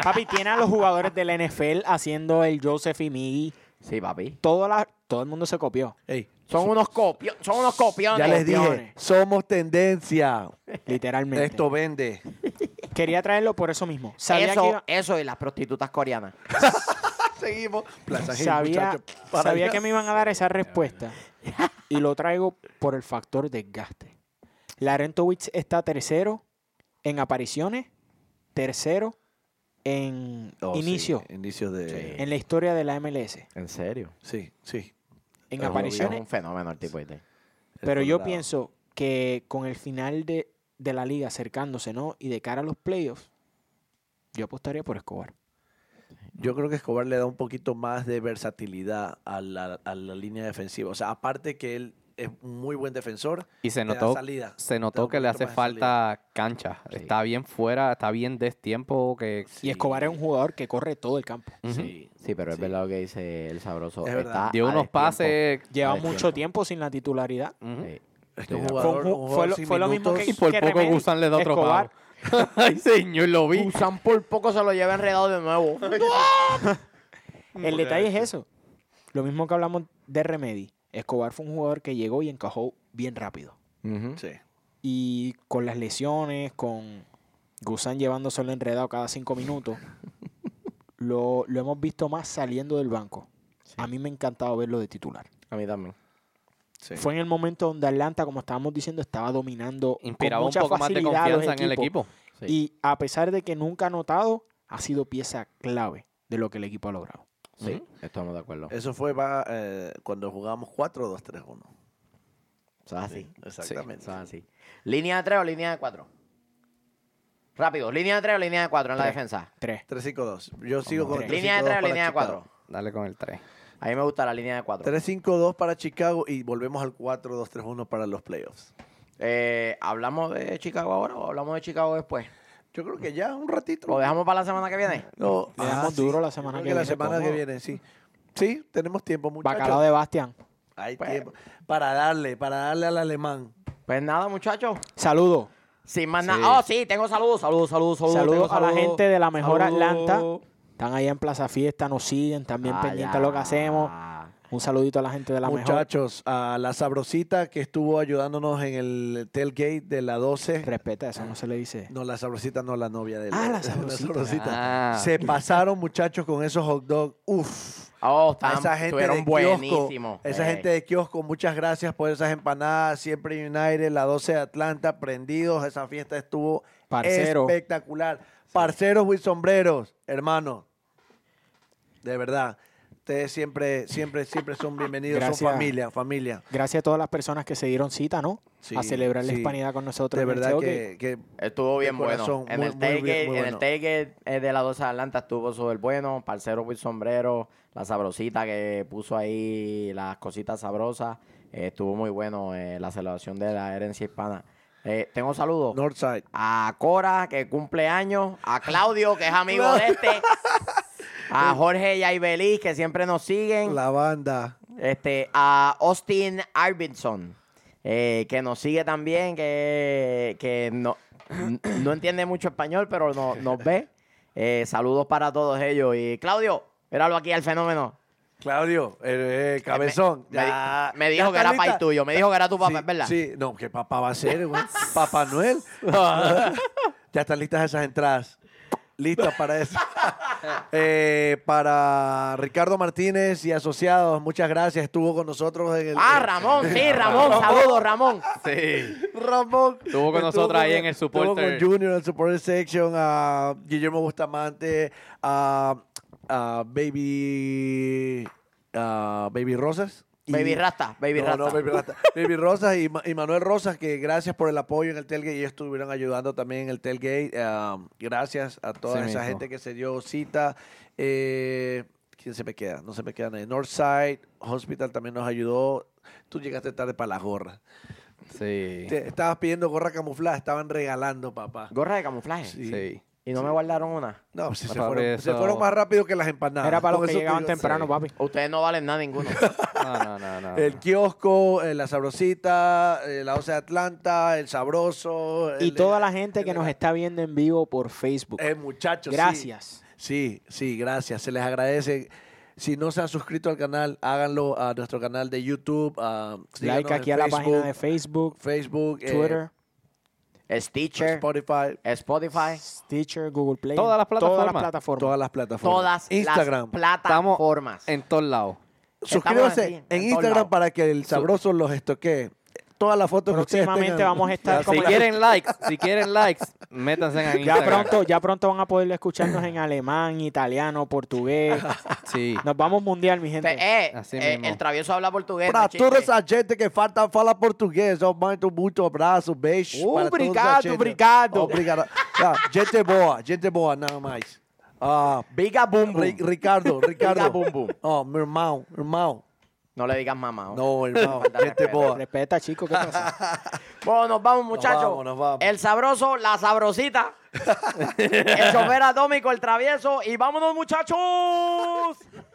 Papi, tiene a los jugadores del NFL haciendo el Joseph y Miggy. Sí, papi. Todo, la, todo el mundo [laughs] se copió, Ey, Son unos copio, son unos copiones. ya les dije, campeones. somos tendencia. literalmente. Esto vende. Quería traerlo por eso mismo. Sabía que, Eso, iba- eso y las prostitutas coreanas. [laughs] Seguimos. Plaza Gil, sabía, muchachos, para sabía allá. que me iban a dar esa [laughs] respuesta. y lo traigo por el factor desgaste. Larentowicz está tercero en apariciones, tercero en Oh, sí, inicio Inicio de. en la historia de la MLS. ¿En serio? Sí, sí. En Pero lo Es apariciones un fenómeno el tipo este. Pero El yo Colorado. pienso que con el final de, de la liga acercándose, ¿no? Y de cara a los playoffs, yo apostaría por Escobar. Yo creo que Escobar le da un poquito más de versatilidad a la, a la línea defensiva. O sea, aparte que él es un muy buen defensor, Y se te da notó, salida. se Te da notó un que le poquito hace más de salida. falta cancha. Sí. Está bien fuera, está bien de tiempo que... Sí. Y Escobar es un jugador que corre todo el campo. Ujú. Sí. Sí, pero es Sí. verdad lo que dice el sabroso. Es verdad. Está Dio a unos destiempo. pases... Lleva Vale, mucho tiempo sin la titularidad. ujú. Sí. Es Sí, que un de jugador, Fue- un fue jugador lo- sin fue lo mismo minutos- Y por Que poco remedio. Gusan le da otro Escobar. palo. [laughs] Ay, señor, lo vi. Usan por poco se lo lleva enredado de nuevo. [laughs] El detalle es eso. Lo mismo que hablamos de Remedy. Escobar fue un jugador que llegó y encajó bien rápido. Sí. Y con las lesiones, con Gusan llevándoselo enredado cada [laughs] cinco minutos, lo, lo hemos visto más saliendo del banco. A mí me ha encantado verlo de titular. A mí también. Sí. Fue en el momento donde Atlanta, como estábamos diciendo, estaba dominando Inspiraba con un mucha poco más de facilidad a los confianza en el equipos. equipo. Sí. Y a pesar de que nunca ha anotado, ha sido pieza clave de lo que el equipo ha logrado. Sí, Ujú. estamos de acuerdo. Eso fue va, eh, cuando jugamos 4-2-3-1. Eso es así. Sí, exactamente. Eso es así. ¿Línea de 3 o línea de 4? Rápido, línea de 3 o línea de 4 en la Tres. defensa. Tres. 3-5-2. Yo sigo con tres. Línea de 3 o 3-5-2 línea de para 4. Dale con el 3. A mí me gusta la línea de 4. Chicago. 3-5-2 para Chicago y volvemos al 4-2-3-1 para los playoffs. Eh, ¿Hablamos de Chicago ahora o hablamos de Chicago después? Yo creo que ya un ratito. ¿Lo dejamos para la semana que viene? No, Ah, Le damos duro la semana creo que La viene, semana que cómodo. viene, sí. Sí, tenemos tiempo, muchachos. Bacalao de Bastián. Hay Pues, tiempo. Para darle, para darle al alemán. Pues nada, muchachos. Saludos. Sin más Sí. nada. Oh, sí, tengo saludos, saludos, saludos, saludos. Saludos tengo a la gente de la mejor saludos. Atlanta. Están allá en Plaza Fiesta, nos siguen, también Ah, pendientes ya. a lo que hacemos. Un saludito a la gente de la mejor. Muchachos, a la sabrosita que estuvo ayudándonos en el tailgate de la 12. Respeta, eso no se le dice. No, la sabrosita, no [laughs] la novia de él. Ah, la sabrosita. Ah. Se pasaron, muchachos, con esos hot dogs. Uf. Oh, A están, esa gente de estuvieron kiosco. buenísimos. Eh. Esa Ey. gente de kiosco, muchas gracias por esas empanadas. Siempre United, la 12 de Atlanta, prendidos. Esa fiesta estuvo Parcero. espectacular. Parceros y sombreros, hermano. De verdad. Ustedes siempre, siempre, siempre son bienvenidos. Son Gracias. familia, familia. Gracias a todas las personas que se dieron cita, ¿no? Sí, a celebrar la sí. hispanidad con nosotros. De en el verdad tailgate. que, que Estuvo bien bueno. corazón, En muy- el muy bien, tailgate, muy en el bueno. tailgate, eh, de la 12 de Atlanta estuvo súper bueno. Parcero por sombrero, la sabrosita que puso ahí las cositas sabrosas. eh, estuvo muy bueno eh, la celebración de la herencia hispana. Eh, tengo saludos. Northside. A Cora, que cumple años. A Claudio, que es amigo de este. [laughs] A Jorge y a Ibeliz, que siempre nos siguen. La banda. Este, a Austin Arbinson, eh, que nos sigue también, que, que no, n- no entiende mucho español, pero no- nos ve. Eh, saludos para todos ellos. Y Claudio, míralo aquí al fenómeno. Claudio, eh, eh, cabezón. Me, di- Ya- me ya dijo que está era lista. país tuyo, me dijo que era tu papá, sí, ¿verdad? Sí, no, que papá va a ser, [laughs] güey? Papá Noel. [laughs] ya están listas esas entradas. Listas para eso. [laughs] Eh, para Ricardo Martínez y asociados, muchas gracias. Estuvo con nosotros en el. eh, Ah, Ramón, sí, Ramón, saludos, Ramón. Sí. Ramón. Estuvo con nosotros ahí en el estuvo supporter. con Junior en el supporter section, a Guillermo Bustamante, a, a Baby. a Baby Rosas. y- Baby Rasta, Baby no, Rasta. no, Baby Rasta. Baby Rosas y, Ma- y Manuel Rosas, que gracias por el apoyo en el Telgate. Ellos estuvieron ayudando también en el Telgate. Um, gracias a toda Sí, esa mismo. gente que se dio cita. Eh, ¿Quién se me queda? No se me queda nadie. Northside Hospital también nos ayudó. Tú llegaste tarde para las gorras. Sí. Te- estabas pidiendo gorra camuflada, estaban regalando, papá. Gorra de camuflaje. Sí. Sí. Y no me guardaron una. No, pues, se, Papá, fueron, se eso- fueron más rápido que las empanadas. Era para Con los que eso te llegaban digo- temprano, papi. [laughs] Ustedes no valen nada ninguno. No, no, no, no. El kiosco, eh, la sabrosita, eh, la once de Atlanta, el sabroso. Y el- toda la gente que el- nos está viendo en vivo por Facebook. Eh, muchachos, sí. Gracias. Sí, sí, gracias. Se les agradece. Si no se han suscrito al canal, háganlo a nuestro canal de YouTube. a- síganos Like en aquí a la página de Facebook, Facebook, Facebook, eh, Twitter, Stitcher, Spotify, Spotify, Stitcher, Google Play. Todas las Todas plataformas. las plataformas. todas las plataformas. todas Instagram. las plataformas. En todos lados. Suscríbanse Estamos aquí, en en todos Instagram lados. para que el sabroso los estoquee. Todas las fotos que ustedes Próximamente tengan. vamos a estar Si como la- quieren likes, si quieren likes, métanse en ya Instagram. pronto, ya pronto van a poder escucharnos en alemán, italiano, portugués. Sí. Nos vamos mundial, mi Te- gente. eh, Así eh, mismo. el travieso habla portugués. no Para chiste. toda esa gente que falta fala português, eu mando muito abraço, beijo. para todos Obrigado, vocês. obrigado. Obrigado. Ah, gente boa, gente boa, nada mais. Ah, Biga bum bum. Ri- Ricardo, Ricardo. Diga bum bum. Oh, mi hermano, hermano. No le digas mamá. ¿o? No, hermano, Falta gente respeto. boa. Respeta, chicos, ¿qué pasa? Bueno, nos vamos, muchachos. vamos, nos vamos. El sabroso, la [laughs] sabrosita. el chofer atómico, el travieso. Y vámonos, muchachos.